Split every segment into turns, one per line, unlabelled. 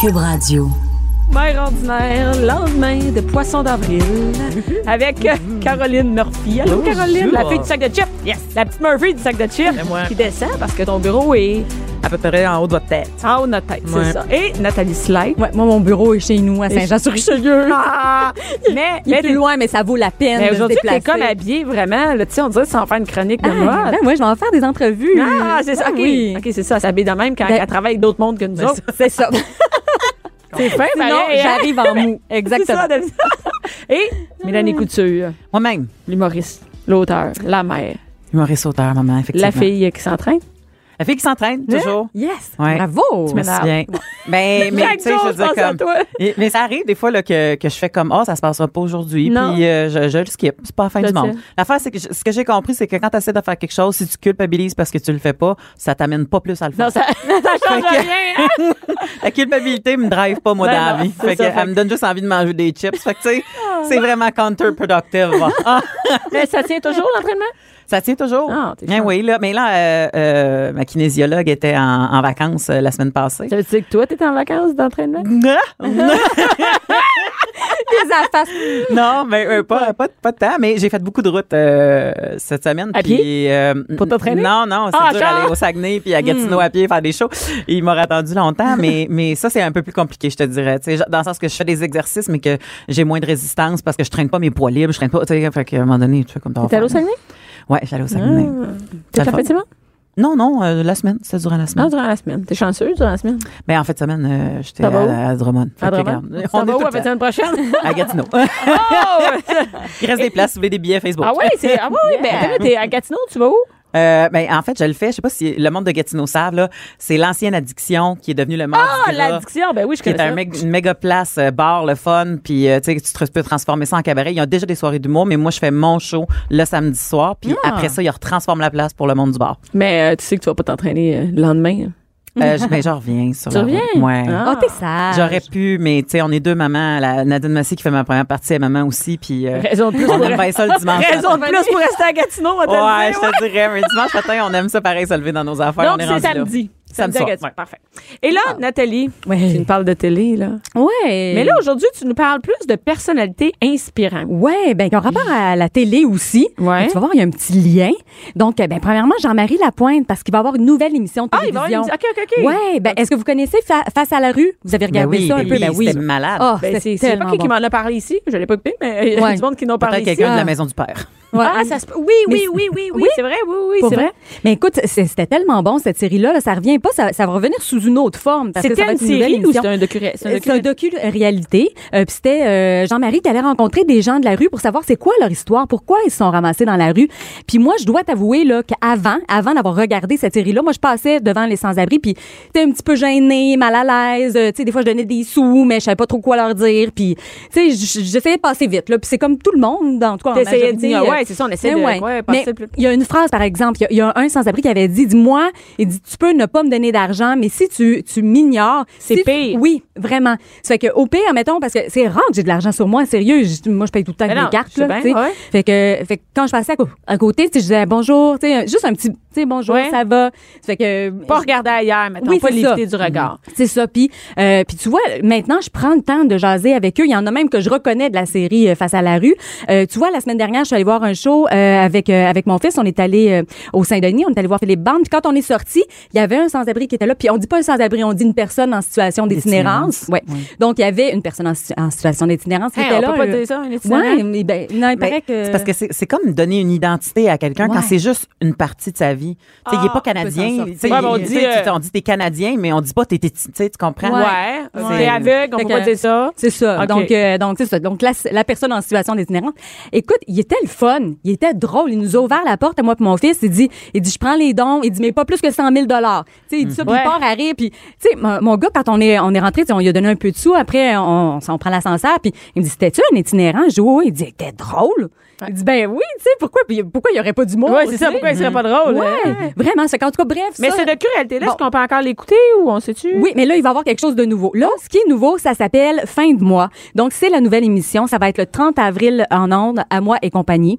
Cube Radio.
Mère ordinaire, lendemain de poisson d'avril, avec euh, Caroline Murphy. Allô, Caroline, la fille du sac de chips. Yes. La petite Murphy du sac de chips.
C'est moi.
Qui descend parce que ton bureau est
à peu près en haut de votre tête.
en haut de notre tête, c'est
Ouais.
ça. Et Nathalie Slide.
Ouais, moi, mon bureau est chez nous, à Saint-Jean-sur-Richelieu.
Ah! mais
Il est
mais
plus loin, mais ça vaut la peine
mais
de se
aujourd'hui,
déplacer.
t'es comme habillée vraiment, là, tu sais, on dirait sans faire une chronique de
Ah,
mode.
ben, moi, je vais en faire des entrevues.
Ah, c'est ça,
Ah
ok.
oui.
Ok, c'est ça, elle s'habille de même quand
Ben-
elle travaille avec d'autres mondes que nous autres.
C'est ça.
C'est fin,
Sinon,
pareil, hein?
j'arrive en mou.
C'est ça,
Exactement.
d'habitude. Et
Mm.
Mélanie Couture,
Moi-même,
l'humoriste, l'auteur, la mère,
humoriste auteur, maman, effectivement.
la fille qui s'entraîne.
La fille qui s'entraîne, toujours.
Hein? Yes.
Ouais.
Bravo.
Je me souviens. Ben, mais
Chaque
tu sais,
jour,
je veux
je
dire
pense à
comme-
toi.
Et- mais ça arrive des fois là, que, que je fais comme Ah, ça se passera pas aujourd'hui.
Non.
Puis euh, je, je le skip. C'est pas la fin
Je
du monde.
sais.
L'affaire, c'est que je- ce que j'ai compris, c'est que quand tu essaies de faire quelque chose, si tu culpabilises parce que tu le fais pas, ça t'amène pas plus à le faire.
Non, ça, ça change rien. hein?
La culpabilité me drive pas, moi,
Ben
dans
non,
la vie.
c'est
Fait que,
ça, fait
elle me donne juste envie de manger des chips. Fait que, tu sais,
Ah.
c'est vraiment counterproductive. Ah,
Mais ça tient toujours l'entraînement?
ça tient toujours.
Ah, t'es
Bien
chance.
oui, là. Mais là, euh, euh, ma kinésiologue était en, en vacances euh, la semaine passée.
Ça veut dire que toi, t'es en vacances d'entraînement?
Ah!
Les affaires.
non, mais euh, pas, pas, pas de temps. Mais j'ai fait beaucoup de routes euh, cette semaine.
À
puis,
pied?
euh,
Pour t'entraîner?
Non, non, c'est
Ah,
dur
genre! Hmm.
d'aller au Saguenay puis à Gatineau à pied faire des shows. Il m'aurait attendu longtemps, mais, mais ça, c'est un peu plus compliqué, je te dirais. Tu sais, dans le sens que je fais des exercices, mais que j'ai moins de résistance parce que je traîne pas mes poids libres. Je traîne pas. Tu sais, fait qu'à un moment donné, tu fais comme t'en
T'es allé au Saguenay? Ah.
Ouais, j'allais au Saguenay.
T'es la
Ça le fait.
fin de semaine?
Non, non, euh, la semaine. C'était durant la semaine.
Non, durant la semaine. T'es chanceuse durant la semaine?
Mais en fait, semaine, euh, j'étais
Ça va
à, à Drummond. Fait
À
que,
Drummond?
regarde,
On
on est
va où
tout
la
le temps
semaine prochaine?
à Gatineau.
Oh!
Il reste des places, si vous voulez des billets Facebook.
Ah oui, c'est. Ah oui, ben, attends, là, t'es à Gatineau, tu vas où?
Euh, ben, en fait, je le fais. Je sais pas si le monde de Gatineau savent, là. C'est l'ancienne addiction qui est devenue le monde.
Ah, l'addiction. Ben oui, je
Qui est
connais
un
ça.
még- une méga place, euh, bar, le fun, puis euh, tu sais, tu te- peux transformer ça en cabaret. Ils ont déjà des soirées d'humour, mais moi, je fais mon show le samedi soir, puis
Ah.
après ça, ils retransforment la place pour le monde du bar.
Mais euh, tu sais que tu vas pas t'entraîner euh, le lendemain.
Euh, je, ben, je reviens sur
Tu
la-
reviens?
Ouais.
Ah.
Oh, t'es sage.
J'aurais pu, mais tu sais, on est deux mamans. La Nadine Massé qui fait ma première partie est maman aussi, puis euh,
Raison de plus
on
pour-
aime bien ça le dimanche.
Raison de
matin.
plus pour rester à Gatineau, on va te le
Ouais,
dire,
je te dirais, mais dimanche matin, on aime ça pareil, se lever dans nos affaires.
Donc,
on est
c'est
rendu là.
samedi.
Samedi
à
soir,
Gatineau.
ouais.
Parfait. Et là, Nathalie,
Ouais.
tu nous parles de télé, là.
Ouais.
Mais là, aujourd'hui, tu nous parles plus de personnalités inspirantes.
Ouais, ben, qui ont rapport à la télé aussi.
Ouais.
Donc, Tu vas voir, il y a un petit lien. Donc, euh, ben, premièrement, Jean-Marie Lapointe, parce qu'il va avoir une nouvelle émission de
Ah, il va
télévision.
y avoir une- OK, OK, OK.
Ouais, ben, est-ce que vous connaissez Fa- Face à la rue? Vous avez
Ben
regardé
oui,
ça un
ben
peu?
oui,
ben oui.
c'était malade.
Ah,
Ben, c'est
c'était
c'est
tellement
pas qui, qui
bon.
m'en a parlé ici. Je l'ai pas écouté, mais il y a
Ouais.
du monde qui n'en parle
Peut-être
ici.
quelqu'un de
Ah.
la maison du père.
Ouais.
Ah, ça se peut. Oui, oui, oui, oui, oui,
Oui?
c'est vrai, oui, oui,
Pour
c'est
vrai?
vrai.
Mais écoute, c'est- c'était tellement bon cette série-là, là, ça revient pas, ça, ça va revenir sous une autre forme. parce que ça
C'était
va
une
être nouvelle
série ou
émission.
c'était un docu- c'est un
C'est un
docu?
docu-réalité. Euh, puis c'était euh, Jean-Marie qui allait rencontrer des gens de la rue pour savoir c'est quoi leur histoire, pourquoi ils se sont ramassés dans la rue. Puis moi, je dois t'avouer là qu'avant, avant d'avoir regardé cette série-là, moi je passais devant les sans-abri puis j'étais un petit peu gênée, mal à l'aise. Euh, tu sais, des fois je donnais des sous, mais je savais pas trop quoi leur dire. Puis tu sais, j- j'essayais de passer vite là. Puis c'est comme tout le monde, en tout cas en
T'essayais de
majorité.
dire,
euh,
ouais, c'est ça, on essaie de
mais
ouais,
ouais.
passer
Mais
le plus.
il y a une phrase, par exemple, il y a- il y, a un sans-abri qui avait dit, dis-moi, il dit, tu peux ne pas me donner d'argent, mais si tu, tu m'ignores,
C'est
si tu-
pire.
oui, vraiment. Ça fait que, au pire, mettons, parce que c'est rare que j'ai de l'argent sur moi, sérieux. je- moi, je paye tout le temps
Mais
avec
non,
mes cartes,
je sais
là,
bien,
tu sais.
ouais.
Fait que, fait que quand je passais à, co- à côté, tu sais, je disais bonjour, tu sais, juste un petit, tu sais, bonjour,
Ouais.
ça va. Ça fait que,
Pas regarder ailleurs, maintenant,
Oui,
pas
c'est
l'éviter du
ça. Mhm.
regard.
c'est ça. Puis, euh, puis tu vois, maintenant, je prends le temps de jaser avec eux. Il y en a même que je reconnais de la série euh, Face à la rue. Euh, tu vois, la semaine dernière, je suis allée voir un show euh, avec euh, avec mon fils. On est allé euh, au Saint-Denis. On est allé voir Philippe Bande. Puis quand on est sorti, il y avait un sans-abri qui était là. Puis on dit pas un sans-abri, on dit une personne en situation d'itinérance. d'itinérance. Ouais. Donc, il y avait une personne en, si- en situation d'itinérance qui
Hey,
était
on
là.
peut pas
là.
dire ça, hein? un itinérant.
Ouais, mais ben, non, il paraît que.
C'est parce que c'est c'est comme donner une identité à quelqu'un
Ouais.
quand c'est juste une partie de sa vie. Tu sais, il n'est pas
Ah, on peut s'en
canadien.
sortir.
Tu sais,
Ouais,
il-
mais on
tu
dit,
sais, tu-
euh,
on dit t'es canadien, mais on dit pas t'es t'es- tu sais, tu comprends?
Ouais.
Ouais.
T'es aveugle, on
Fait
peut
que-
pas dire ça.
C'est ça.
Ok.
Donc, euh, donc c'est ça. Donc, la, la personne en situation d'itinérance. Écoute, il était le fun. Il était drôle. Il nous a ouvert la porte à moi et mon fils. Il dit, il dit, je prends les dons. Il dit, mais pas plus que 100 000 dollars. Tu sais, il dit ça, puis
Mm. Ouais.
il part à rire. Puis, tu sais, mon, mon gars, quand on est, on est rentré, tu sais, on lui a donné un peu de sous. Après, on, on, s'en prend l'ascenseur. Puis, il me dit, c'était-tu un itinérant? Je dis, oui, oui. Il dit, était drôle. Il dit, ben oui, tu sais, pourquoi, puis pourquoi il y aurait pas d'humour?
Ouais, c'est
tu
ça.
sais?
Pourquoi il serait pas drôle?
Ouais,
hein?
vraiment. C'est qu'en tout cas, bref.
Mais
ça-
ce docu-réalité-là,
Bon.
est-ce qu'on peut encore l'écouter ou on sait-tu?
oui, mais là, il va y avoir quelque chose de nouveau. Là, ce qui est nouveau, ça s'appelle Fin de mois. Donc, c'est la nouvelle émission. Ça va être le 30 avril en ondes, à moi et compagnie.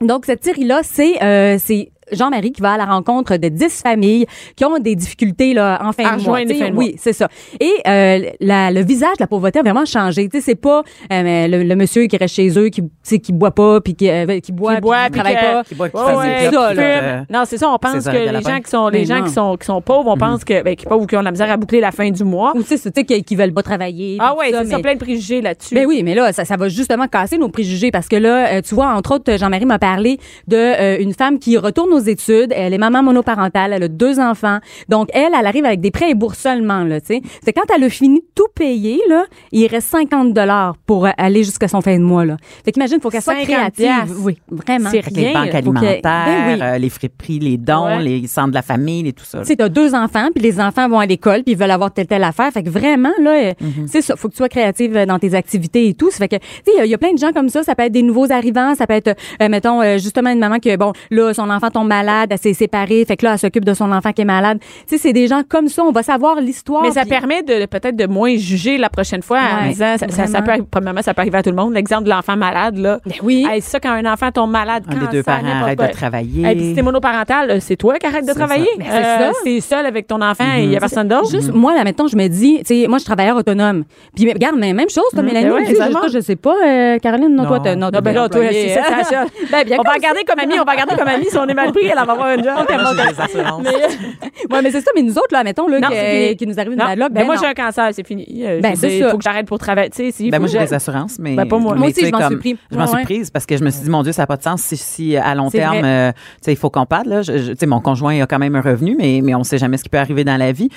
Donc, cette série-là, c'est... euh, c'est Jean-Marie qui va à la rencontre de 10 familles qui ont des difficultés là, en fin
À
de mois.
rejoindre les
Tu sais,
fins de mois.
oui, c'est ça. Et euh, la- le visage de la pauvreté a vraiment changé. Tu sais, c'est pas euh, le, le monsieur qui reste chez eux, qui, tu sais, qui boit pas, puis qui, euh, qui boit,
Qui boit,
puis qui
puis
travaille
que-
pas.
Qui boit, qui
Ouais,
fasse
c'est
des euh,
ouais, euh,
clopes,
ça,
qui
là.
fume.
Non, c'est ça. On pense
César
que les
Galopin.
gens qui sont, les
Mais
gens
non. Mm-hmm.
qui sont, qui sont pauvres, on pense que, ben, qui pauvres, ou qui ont de la misère à boucler la fin du mois.
Ou tu sais, c'est- tu sais, qui, qui veulent pas travailler.
Ah
puis
ouais,
tout
c'est ça,
mais-
plein de préjugés là-dessus.
Ben oui, mais là, ça, ça va justement casser nos préjugés parce que là, euh, tu vois, entre autres, Jean-Marie m'a parlé de euh, une femme qui retourne aux études. Elle est maman monoparentale, elle a deux enfants. Donc, elle, elle arrive avec des prêts et bourses seulement, là, tu sais. C'est quand elle a fini de tout payer, là, il reste 50 dollars pour euh, aller jusqu'à son fin de mois, là. Fait qu'imagine, faut qu'elle soit
50
créative. Oui, vraiment.
C'est
Faut
Avec les
rien,
banques
qu'elle-
alimentaires,
Ben oui.
euh, les friperies, les dons,
Ouais.
les centres de la famille et tout ça. là.
Tu sais, t'as deux enfants, puis les enfants vont à l'école, puis ils veulent avoir telle telle affaire. Fait que vraiment, là, euh,
Mhm.
c'est ça. Faut que tu sois créative euh, dans tes activités et tout. Ça fait que, tu sais, il y a- il y, a plein de gens comme ça. Ça peut être des nouveaux arrivants. Ça peut être, euh, mettons, euh, justement, une maman qui, bon, là, son enfant tombe malade, elle s'est séparée. Fait que là, elle s'occupe de son enfant qui est malade. Tu sais, c'est des gens comme ça. On va savoir l'histoire.
Mais ça
puis-
permet de peut-être de moins juger la prochaine fois en
Ouais,
disant ça, ça, ça peut
vraiment.
arri- premièrement ça peut arriver à tout le monde l'exemple de l'enfant malade là.
Ben oui.
Hey, ça quand un enfant tombe malade
Un des
cancer,
deux parents
n'importe
arrête
quoi.
de travailler.
Hey, puis si t'es monoparental, euh, c'est toi qui arrêtes de
C'est ça.
travailler. Euh,
Ben, c'est ça. Mm-hmm.
c'est seul avec ton enfant, il y a personne d'autre.
Juste, moi, là, maintenant, je me dis, tu sais, moi, je suis travailleur autonome. Puis, mais regarde, mais même chose, toi,
Mhm.
Mélanie,
Ben ouais,
tu sais, je,
exactement.
toi, je sais pas, euh, Caroline, non, toi,
Non.
t'as, non,
Non, ben là, toi, c'est
employée.
ça, ça, ça.
Ben, bien
on va
comme
regarder comme amie, on va regarder comme amie. Si on est mal pris, elle va avoir un job.
Moi, j'ai des assurances.
euh, Ouais, mais c'est ça, mais nous autres, là, mettons, là,
Non,
que-
c'est fini.
qui nous arrive une
Non,
maladre, là,
ben, moi,
non.
j'ai un cancer, c'est fini. Euh,
Ben,
je
c'est
dis,
ça.
faut que j'arrête pour travailler. Tu sais, si,
Ben
faut
moi,
que
j'ai
je-
des assurances, mais.
Ben, pas moi.
mais
Moi aussi,
tu sais,
je m'en suis
comme-
pris.
Je m'en
Ouais,
suis
ouais.
prise parce que je me suis dit, mon Dieu, ça n'a pas de sens si, si à long
C'est
terme,
vrai.
euh, tu sais, il faut qu'on parte. Là. Je- je- tu sais, mon conjoint il a quand même un revenu, mais, mais on ne sait jamais ce qui peut arriver dans la vie.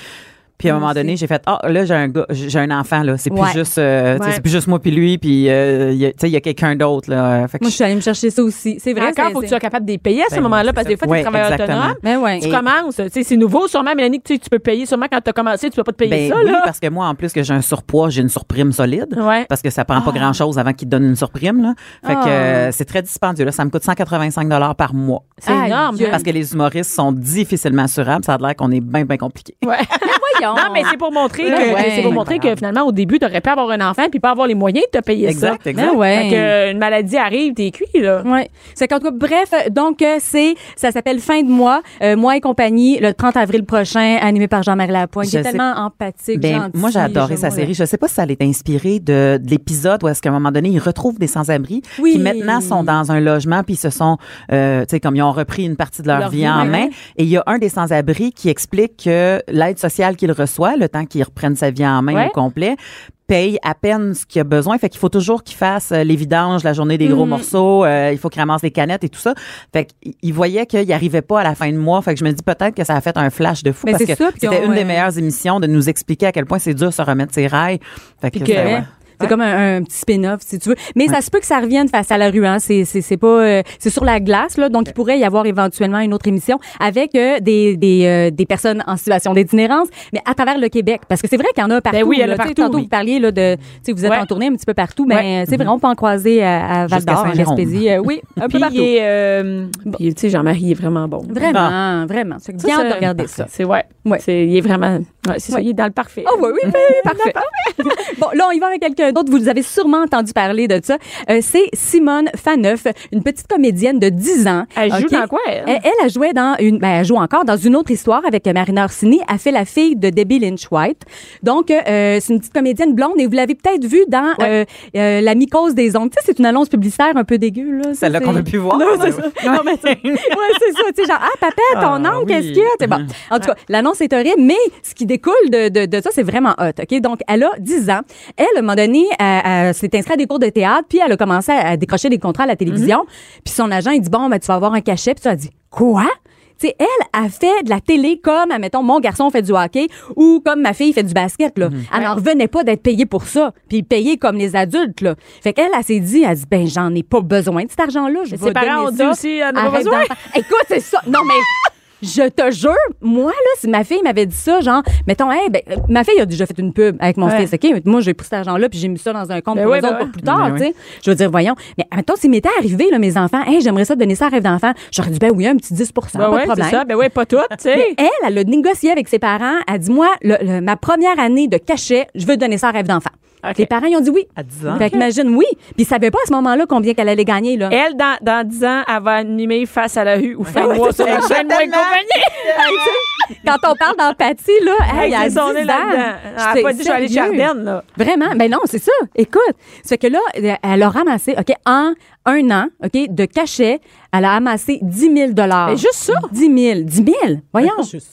Puis à un moment donné, j'ai fait ah là j'ai un gars- j'ai un enfant là c'est plus
Ouais.
juste euh, tu sais,
Ouais.
c'est plus juste moi puis lui puis euh, il y a- tu sais il y a quelqu'un d'autre là fait que
Moi, je
je-
suis allée me chercher ça aussi. C'est vrai.
Encore,
c'est-
faut que tu
c'est-
sois capable de les payer à ce
Ben,
moment-là,
c'est
parce que des fois,
ça.
t'es
Ouais,
travailleur
exactement.
autonome.
Ben ouais.
Tu
Et-
commences. Tu sais, c'est nouveau. Sûrement, Mélanie, que tu, sais, tu peux payer. Sûrement, quand t'as commencé, tu peux pas te payer
ben
ça,
oui
là.
parce que moi en plus que j'ai un surpoids j'ai une surprime solide
Ouais.
parce que ça prend pas grand chose avant qu'il te donne une surprime là fait que
Ah.
euh, c'est très dispendieux là ça me coûte 185 dollars par mois
C'est
Aïe,
énorme.
Dieu.
parce que les humoristes sont difficilement assurables ça a l'air qu'on est bien bien compliqué
Ouais.
Ah,
Voyons.
Non, mais c'est pour montrer
Ben
que
ouais.
c'est pour montrer que finalement au début t'aurais pu avoir un enfant puis pas avoir les moyens de te payer
Exact,
ça.
exact.
Ben ouais.
Fait que euh, une maladie arrive, t'es cuit là.
Ouais. C'est qu'en tout cas, bref, euh, donc euh, c'est ça s'appelle Fin de mois, euh, moi et compagnie, le 30 avril prochain, animé par Jean-Marie Lapointe, qui
Je
est
sais-
tellement empathique,
Ben,
gentil,
moi, j'ai adoré sa
je-
série. Je sais pas si ça l'est inspiré de, de l'épisode où est-ce qu'à un moment donné, ils retrouvent des sans-abri
Oui.
qui maintenant sont dans un logement puis ils se sont, euh, tu sais, comme ils ont repris une partie de leur,
Leur
vie,
vie,
en
ouais.
main. Et il y a un des sans-abri qui explique que l'aide sociale qu'il reçoit, le temps qu'il reprenne sa vie en main
Ouais.
au complet, paye à peine ce qu'il a besoin. Fait qu'il faut toujours qu'il fasse euh, les vidanges, la journée des gros morceaux, euh, il faut qu'il ramasse les canettes et tout ça. Fait qu'il voyait qu'il arrivait pas à la fin de mois. Fait que je me dis peut-être que ça a fait un flash de fou
Mais
parce
c'est
que
ça, puis
c'était
on-
une des
ouais.
meilleures émissions de nous expliquer à quel point c'est dur de se remettre ses rails. Fait que,
Puis que-
c'était- ouais.
C'est
Hein?
comme un, un petit spin-off, si tu veux. Mais ça se peut que ça revienne face à la rue. Hein. C'est, c'est, c'est pas, euh, c'est sur la glace, là. Donc, il pourrait y avoir éventuellement une autre émission avec euh, des, des, euh, des personnes en situation d'itinérance, mais à travers le Québec. Parce que c'est vrai qu'il y en a partout.
Ben oui, il y en a
là. Tu sais,
partout,
Tantôt,
oui.
vous parliez là, de, tu sais, vous êtes
Ouais.
en tournée un petit peu partout, mais
Ouais.
euh, c'est vrai, on peut en croiser à, à Val
Jusqu'à
d'Or, en
Saint-Jérôme.
Gaspésie. Euh, oui, un peu
Puis il
partout.
est, euh, puis, tu sais Jean-Marie il est vraiment bon.
Vraiment, vraiment. C'est
Ça,
bien
c'est-
de regarder ça.
C'est ouais.
Ouais.
C'est il est vraiment ouais, c'est ça, il est dans le parfait.
Oh oui, oui, oui, parfait. bon, là, on y va avec quelqu'un d'autre. Vous avez sûrement entendu parler de ça. Euh, c'est Simone Faneuf, une petite comédienne de 10 ans.
Elle joue
OK?
dans quoi hein? elle?
Elle, elle a joué dans une, ben, elle joue encore dans une autre histoire avec euh, Marina Orsini. Elle fait la fille de Debbie Lynch White. Donc, euh, c'est une petite comédienne blonde et vous l'avez peut-être vue dans
Ouais.
euh, euh, La mycose des ongles. Tu sais, c'est une annonce publicitaire un peu dégueu, là. Ça,
Celle-là
c'est-
qu'on veut plus voir.
Non, c'est ça. Non, mais c'est- ouais, c'est ça. Tu sais, genre, ah, papa, ton
Ah, oui.
oncle, qu'est-ce qu'il y a? Tu sais, Bon. En tout cas, l'annonce non, c'est horrible, mais ce qui découle de, de, de ça, c'est vraiment hot, OK? Donc, elle a 10 ans. Elle, à un moment donné, elle, elle s'est inscrite à des cours de théâtre, puis elle a commencé à, à décrocher des contrats à la télévision.
Mm-hmm.
Puis son agent, il dit, bon, ben, tu vas avoir un cachet. Puis tu as dit, quoi? Tu sais, elle a fait de la télé comme, admettons, mon garçon fait du hockey ou comme ma fille fait du basket.
Mm-hmm.
Là. Elle n'en revenait pas d'être payée pour ça, puis payée comme les adultes. Là. Fait qu'elle, elle s'est dit, elle dit, ben j'en ai pas besoin de cet argent-là.
Ses
Je vais
parents
donner
ont dit
ça.
aussi, elle n'a pas
Arrête
besoin.
d'en faire- Écoute, c'est ça. Non, mais... Je te jure, moi, là, si ma fille m'avait dit ça, genre, mettons, hey, ben, euh, ma fille a déjà fait une pub avec mon
Ouais.
fils, OK? mais Moi, j'ai pris cet argent-là, puis j'ai mis ça dans un compte
Ben
pour
oui,
eux
ben
autres
oui.
pour plus tard,
Ben
tu sais. Je veux dire, voyons. Mais mettons, s'il m'était arrivé, là, mes enfants, hey, j'aimerais ça donner ça à rêve d'enfant, j'aurais dit, ben oui, un petit 10
Ben
pas
ouais,
de problème.
c'est ça. Ben ouais, pas toutes, tu sais.
Mais elle, elle a négocié avec ses parents. Elle dit, moi, le- le- ma première année de cachet, je veux donner ça à rêve d'enfant.
OK. Ah,
Les parents, ils ont dit oui.
À 10 ans.
Fait qu'imagine, oui. Puis ils savaient pas à ce moment-là combien qu'elle allait gagner, là.
Elle, dans, dans 10 ans, elle va animer face à la rue ou fin
Ah
de
ouais,
mois
c'est
sur
ça.
la chaîne Moi et
Exactement.
compagnie.
Quand on parle d'empathie, là,
Hey,
hey, elle
c'est ça, on est là-dedans. Elle a pas dit, je vais aller chez Ardennes, là.
Vraiment, ben non, c'est ça. Écoute, c'est que là, euh, elle a ramassé, OK, en un an, OK, de cachet, elle a amassé 10 000
Mais juste ça?
10 000. 10 000? Voyons.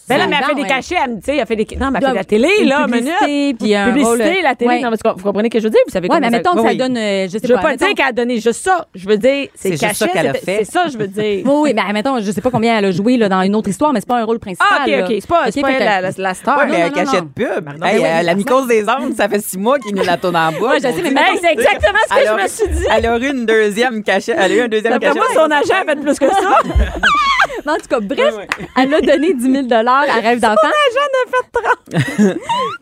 Ben là, mais elle fait
Non,
des
ouais.
cachets, elle me dit, tu sais, elle fait des. Non, mais elle fait de la
Donc,
télé,
une
là,
publicité,
minute.
puis un
Publicité,
rôle-
la télé.
Ouais.
Non, mais tu com- vous comprenez ce que je veux dire? Vous savez
Ouais,
comment
mais mettons que
Oui,
ça
oui.
donne, euh, je sais
Je veux
pas.
pas
mettons-
dire qu'elle a donné juste ça. Je veux dire, c'est
C'est juste
caché.
ça qu'elle a
c'est-
fait.
C'est ça, je veux dire.
Oui, oui, ben mettons, je sais pas combien elle a joué là, dans une autre histoire, mais c'est pas un rôle principal.
Ah, OK,
là.
OK. C'est pas, c'est
OK,
pas
fait que-
la, la, la star.
Ouais,
non,
mais
non,
elle
non,
cachait
non.
de pub. Hey, euh, la mycose des ondes, ça fait six mois qu'il nous la tourne en bas.
je sais, mais
Hey, c'est exactement ce que je me suis dit.
Elle a eu une deuxième cachette. Elle a eu un deuxième
D'après
cachet.
moi, son agent avait plus que ça. Son agent
Mais En tout cas, bref, elle a donné 10 000 à Rêve d'enfant.
a fait 30.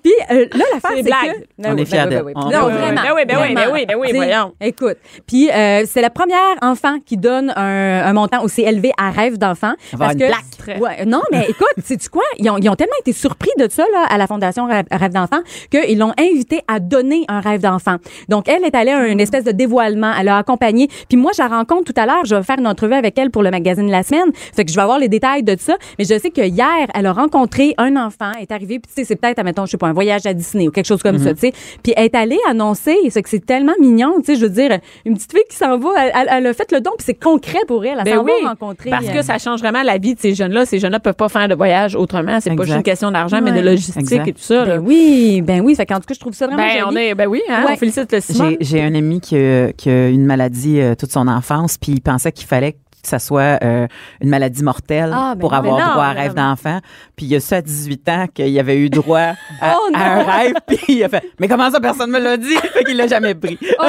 Puis euh, là, l'affaire,
C'est des
c'est
blagues.
que-
On est fiers
ben
d'elle.
oui,
On-
ben oui.
Ben oui,
vraiment.
ben oui, ben oui,
vraiment.
ben oui, ben oui,
Tu sais,
voyons.
Écoute, puis euh, c'est la première enfant qui donne un, un montant aussi élevé à rêve d'enfant.
va
Parce
avoir
que
une
plaque.
Ouais, non, mais écoute, sais-tu quoi? Ils ont, ils ont tellement été surpris de ça là, à la Fondation Rêve, Rêve d'enfant qu'ils l'ont invitée à donner un rêve d'enfant. Donc, elle est allée à
Mm.
une espèce de dévoilement. Elle a accompagné. Puis moi, je la rencontre tout à l'heure. Je vais faire une entrevue avec elle pour le magazine La Semaine. Fait que je vais avoir les détails de ça. Mais je sais que hier, elle a rencontré un enfant, est arrivée, puis tu sais, c'est peut-être, admettons, je sais pas, un voyage à Disney ou quelque chose comme ça,
Mm-hmm.
tu sais. Puis elle est allée annoncer, c'est que c'est tellement mignon, tu sais, je veux dire, une petite fille qui s'en va, elle, elle- elle a fait le don, puis c'est concret pour elle. Elle
Ben
s'en
oui,
va rencontrer.
Parce
euh,
que ça change vraiment la vie de ces jeunes-là. Ces jeunes-là peuvent pas faire de voyage autrement. C'est pas
Exact.
juste une question d'argent, mais
Ouais.
de logistique
Exact.
et tout ça. là.
Ben oui, ben oui. Fait qu'en tout cas, je trouve ça vraiment
Ben, on
joli.
est, ben oui, hein,
Ouais.
on félicite le Simon.
J'ai, j'ai un ami qui a, qui a une maladie euh, toute son enfance, puis il pensait qu'il fallait que ça soit euh, une maladie mortelle
Ah, ben
pour
non.
avoir
Mais non,
droit à un
mais
rêve
non.
d'enfant. Puis il y a ça à 18 ans qu'il avait eu droit à,
Oh, non.
à un rêve, puis il a fait « Mais comment ça, personne me l'a dit? » Fait qu'il l'a jamais pris.
Oh!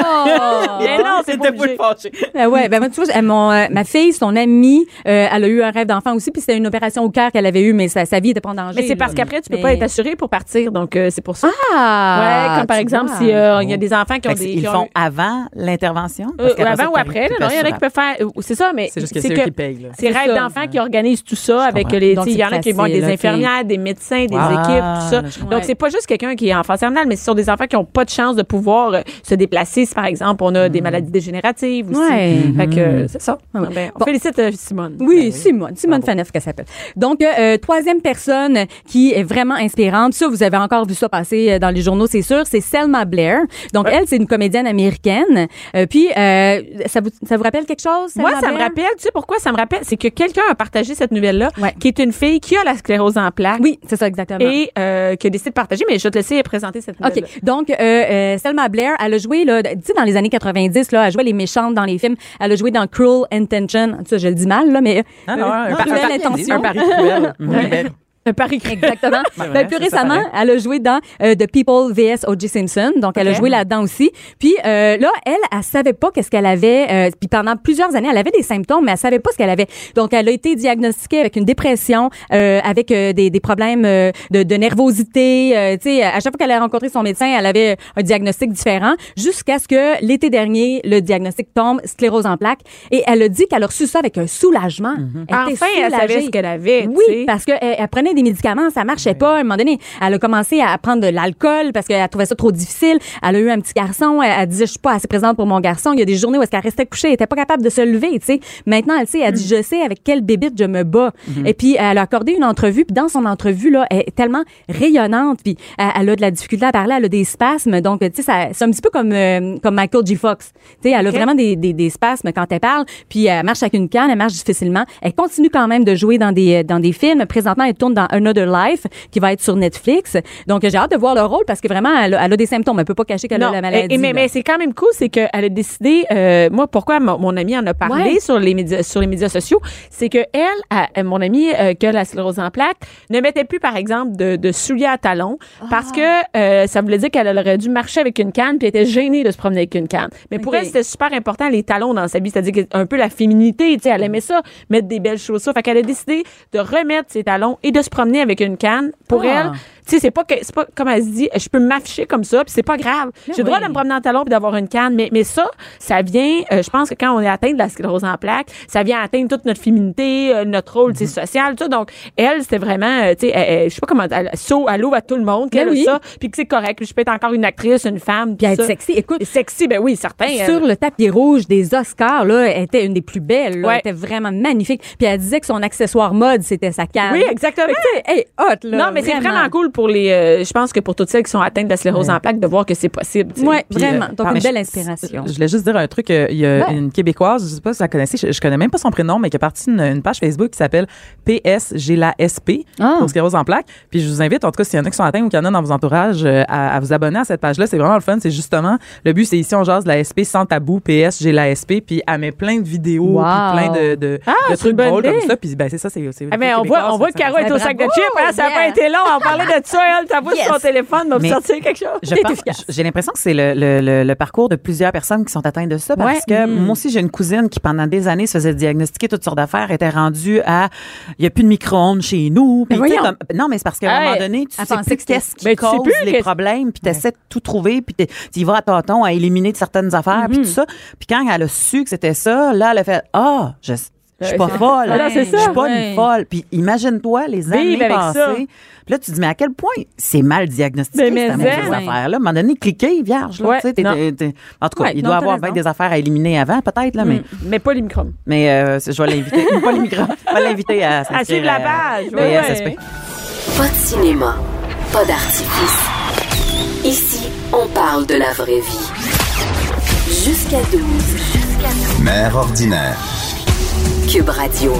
Mais non, c'est
C'était
pas
pour le
obligé.
fâcher.
ben ouais, ben moi, tu vois, elle, mon, euh, ma fille, son amie, euh, elle a eu un rêve d'enfant aussi, puis c'était une opération au cœur qu'elle avait eue, mais sa, sa vie était pas en danger.
Mais c'est
là.
parce qu'après, tu peux
Mais-
pas être assuré pour partir. Donc, euh, c'est pour ça.
Ah!
ouais, comme par
tu
exemple, euh,
vois.
s'il y a des enfants qui ont
Fait que
des.
Ils
qui
le
ont
font
eu-
avant l'intervention?
Euh,
Parce qu'après
avant
ça,
ou
t'as
après,
une
là, non, il y en a qui
couverture
peuvent faire. euh, C'est ça, mais.
C'est juste que c'est eux qui payent, là.
C'est
C'est
rêves
ça.
d'enfants qui organisent tout ça avec
comprends.
les. tu
Donc,
sais, Il y en a
c'est
qui vont avec des
facile, ok.
infirmières, des médecins, des
Ah,
équipes, tout
là,
ça.
je
Donc,
comprends.
c'est pas juste quelqu'un qui est en phase terminale, mais ce sont des enfants qui n'ont pas de chance de pouvoir euh, se déplacer. Si, par exemple, on a des maladies dégénératives aussi.
Mm. Ouais.
Fait que euh, c'est ça.
Ah ouais.
Ben, on
Bon.
félicite euh, Simone.
Oui, Simone, Simone Faneuf qu'elle s'appelle. Donc euh, euh, troisième personne qui est vraiment inspirante, ça vous avez encore vu ça passer euh, dans les journaux, c'est sûr, c'est Selma Blair. Donc elle c'est une comédienne américaine. Euh, puis euh, ça vous ça vous rappelle quelque chose
Moi,
Selma
ça me
Blair?
rappelle, tu sais pourquoi ça me rappelle? C'est que quelqu'un a partagé cette nouvelle-là,
Ouais.
qui est une fille qui a la sclérose en plaques
Oui, c'est ça exactement.
et euh, qui a décidé de partager, mais je vais te laisser présenter cette nouvelle.
OK. Donc, euh, euh, Selma Blair, elle a joué, là, tu sais, dans les années 90, là, elle jouait les méchantes dans les films. Elle a joué dans Cruel Intention. Ça, je le dis mal, là, mais.
Ah, Non, non, un
euh,
par-
Cruel
un par-
Intention.
un pari cruel. Oui, ben,
Un pari cru.
Exactement.
vrai,
Ben, plus
c'est ça,
récemment,
pareil.
elle a joué dans euh, The People vs. O.J. Simpson. Donc, elle a joué là-dedans aussi. Puis euh, là, elle, elle savait pas qu'est-ce qu'elle avait. euh, puis pendant plusieurs années, elle avait des symptômes, mais elle savait pas ce qu'elle avait. Donc, elle a été diagnostiquée avec une dépression, euh, avec euh, des, des problèmes euh, de, de nervosité. euh, tu sais, à chaque fois qu'elle a rencontré son médecin, elle avait un diagnostic différent jusqu'à ce que l'été dernier, le diagnostic tombe, sclérose en plaques. Et elle a dit qu'elle a reçu ça avec un soulagement.
Mhm.
Elle était
Enfin, elle savait
soulagée.
ce qu'elle avait. tu
Oui,
sais.
parce qu'elle elle prenait des médicaments, ça marchait pas. À un moment donné, elle a commencé à prendre de l'alcool parce qu'elle trouvait ça trop difficile. Elle a eu un petit garçon, elle, elle disait je suis pas assez présente pour mon garçon. Il y a des journées où est-ce qu'elle restait couchée, elle était pas capable de se lever. Tu sais, maintenant elle sait, elle dit
Mm.
je sais avec quelle bébite je me bats.
Mm-hmm.
Et puis elle a accordé une entrevue, puis dans son entrevue là, elle est tellement rayonnante, puis elle, elle a de la difficulté à parler, elle a des spasmes. Donc tu sais, ça- c'est un petit peu comme euh, comme Michael G. Fox. Tu sais, elle a vraiment des, des, des spasmes quand elle parle, puis elle marche avec une canne, elle marche difficilement. Elle continue quand même de jouer dans des, dans des euh, films. Présentement, elle tourne dans dans Another Life qui va être sur Netflix. Donc, j'ai hâte de voir le rôle parce que vraiment, elle a, elle a des symptômes. Elle peut pas cacher qu'elle a
Non,
la maladie.
et- et mais
là.
mais c'est quand même cool, c'est qu'elle a décidé, euh, moi, pourquoi mon, mon amie en a parlé
Ouais.
sur, les médias, sur les médias sociaux, c'est que elle, a- euh, mon amie euh, qui a la sclérose en plaques, ne mettait plus, par exemple, de, de souliers à talons
Ah.
parce que euh, ça voulait dire qu'elle aurait dû marcher avec une canne puis elle était gênée de se promener avec une canne. Mais pour
Ok.
elle, c'était super important, les talons dans sa vie, c'est-à-dire que un peu la féminité, tu sais, elle aimait ça, mettre des belles chaussures. Fait qu'elle a décidé de remettre ses talons et de se promener avec une canne. Pour
Ah.
elle, tu sais, c'est pas, que- c'est pas comme elle se dit, je peux m'afficher comme ça, puis c'est pas grave. J'ai le droit
Ben oui.
de me promener en talon puis d'avoir une canne, mais, mais ça, ça vient, euh, je pense que quand on est atteint de la sclérose en plaques, ça vient atteindre toute notre féminité, euh, notre rôle tu
Mhm.
sais, social, tout ça. Donc, elle, c'était vraiment, euh, tu sais, elle- elle- je sais pas comment, elle saut à l'eau à tout le monde, qu'elle
Ben
a
oui.
ça, puis que c'est correct, puis je peux être encore une actrice, une femme, tout
Puis elle est
ça.
sexy. Écoute,
Sexy, ben oui, certain. elle.
sur le tapis rouge des Oscars, là, elle était une des plus belles. là.
Ouais.
Elle était vraiment magnifique. Puis elle disait que son accessoire mode, c'était sa canne.
Oui, exactement.
Hey, hey, hot, là.
non, mais c'est vraiment cool pour les. euh, je pense que pour toutes celles qui sont atteintes de la sclérose en plaques, de voir que c'est possible. tu sais.
Ouais,
Puis,
vraiment.
euh,
Donc,
ah,
par-
une
mais je-
belle inspiration.
Je voulais juste dire un truc. euh, Il y a
Ouais.
une Québécoise, je sais pas si vous la connaissez, je, je connais même pas son prénom, mais qui a parti une, une page Facebook qui s'appelle PS, j'ai la SP,
Ah.
pour sclérose en plaques. Puis je vous invite, en tout cas, s'il y en a qui sont atteints ou qu'il y en a dans vos entourages, euh, à, à vous abonner à cette page-là. C'est vraiment le fun. C'est justement, le but, c'est ici, on jase de la SP sans tabou, PS, j'ai la SP, puis elle met plein de vidéos,
Wow.
puis plein de, de, de
Ah, c'est une
trucs
bonne
drôles
idée.
comme ça. Puis ben, c'est ça, c'est c'est-
Ah, mais on
Québécoise,
voit, on voit
ça-
que Caro est au
bravo.
sac de chips. hein, ça n'a
Yeah.
pas été long. On parlait de ça, elle. T'as vu sur son
Yes.
téléphone, m'a
Mais-
sorti quelque chose.
Je pense- J'ai l'impression que c'est le, le- le- le parcours de plusieurs personnes qui sont atteintes de ça parce
Ouais. Mm.
que moi aussi, j'ai une cousine qui, pendant des années, se faisait diagnostiquer toutes sortes d'affaires, était rendue à il n'y a plus de micro-ondes chez nous. Puis,
Mais
tu sais,
voyons.
comme- non, mais c'est parce qu'à un
Hey,
moment donné, tu
elle
sais
pensait
plus
que c'était-
qu'est-ce qui
Ben, tu sais
cause
plus
les
qu'est-ce-
problèmes, puis tu essaies de tout trouver, puis t'es- tu y vas à tâtons à éliminer de certaines affaires,
Mm-hmm.
puis tout ça. Puis quand elle a su que c'était ça, là, elle a fait Ah, je. Je suis pas
Ouais, c'est-
folle.
Ah, non, c'est
Je suis
ça.
pas
Ouais.
une folle. Puis imagine-toi les années
Vive avec
passées.
ça.
Puis là, tu te dis, mais à quel point c'est mal diagnostiqué,
Ben, Mais,
cette
mais,
maudite
hein.
affaire-là? À un moment donné, cliquez, vierge. Là,
Ouais,
tu sais, t'es-
non.
t'es- t'es- en tout cas,
Ouais,
il
non,
doit
t'as
avoir
raison.
bien des affaires à éliminer avant, peut-être, là, mais,
Hum, Mais pas les microbes.
mais euh, je vais l'inviter. pas le micro, je vais l'inviter à s'inscrire euh,
À suivre la page,
à
ouais,
PSSP.
ouais.
Pas de cinéma, pas d'artifice. Ici, on parle de la vraie vie. Jusqu'à 12.
Mère ordinaire.
Cube Radio.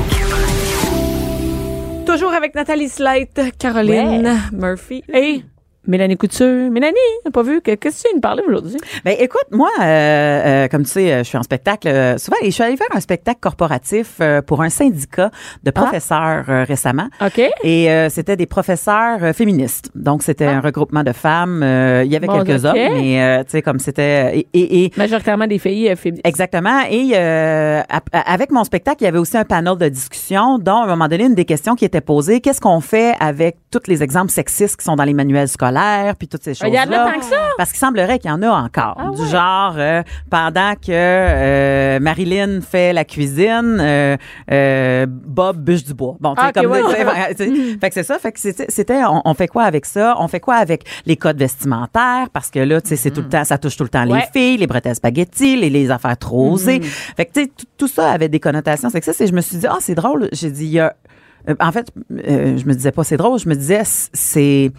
Toujours avec Nathalie Slate, Caroline Murphy et Mélanie Couture. Mélanie, t'as pas vu? que- Qu'est-ce que tu viens de parler aujourd'hui?
Ben écoute, moi, euh, euh, comme tu sais, euh, je suis en spectacle euh, souvent et je suis allée faire un spectacle corporatif euh, pour un syndicat de professeurs euh, récemment.
Ah. OK.
Et euh, c'était des professeurs euh, féministes. Donc c'était un regroupement de femmes. euh, Il y avait
Ah. Bon,
quelques
ok.
hommes, mais euh, tu sais comme c'était et- et- et
Majoritairement des filles euh, féministes.
Exactement. Et euh, ap- avec mon spectacle, il y avait aussi un panel de discussion, dont à un moment donné, une des questions qui était posée, qu'est-ce qu'on fait avec tous les exemples sexistes qui sont dans les manuels scolaires, puis toutes ces
Ah, Il
choses-là?
y en a tant que ça.
Parce qu'il semblerait qu'il y en a encore. du
Ah ouais.
genre, euh, pendant que euh, Marilyn fait la cuisine, euh, euh, Bob bûche du bois. Bon, tu sais,
Ah, ok,
comme
ouais.
tu sais, tu sais,
Mm.
Fait que c'est ça. Fait que c'était, c'était- on, on fait quoi avec ça? On fait quoi avec les codes vestimentaires? Parce que là, tu sais, c'est tout le temps, ça touche tout le temps
Mm. Ouais. Mm-hmm.
les filles, les bretelles spaghetti, les, les affaires trop osées. Fait que, tu sais, tout, tout ça avait des connotations sexistes et je me suis dit, ah, c'est drôle. J'ai dit, il y a, euh, en fait, euh, je me disais pas c'est drôle, je me disais, c'est,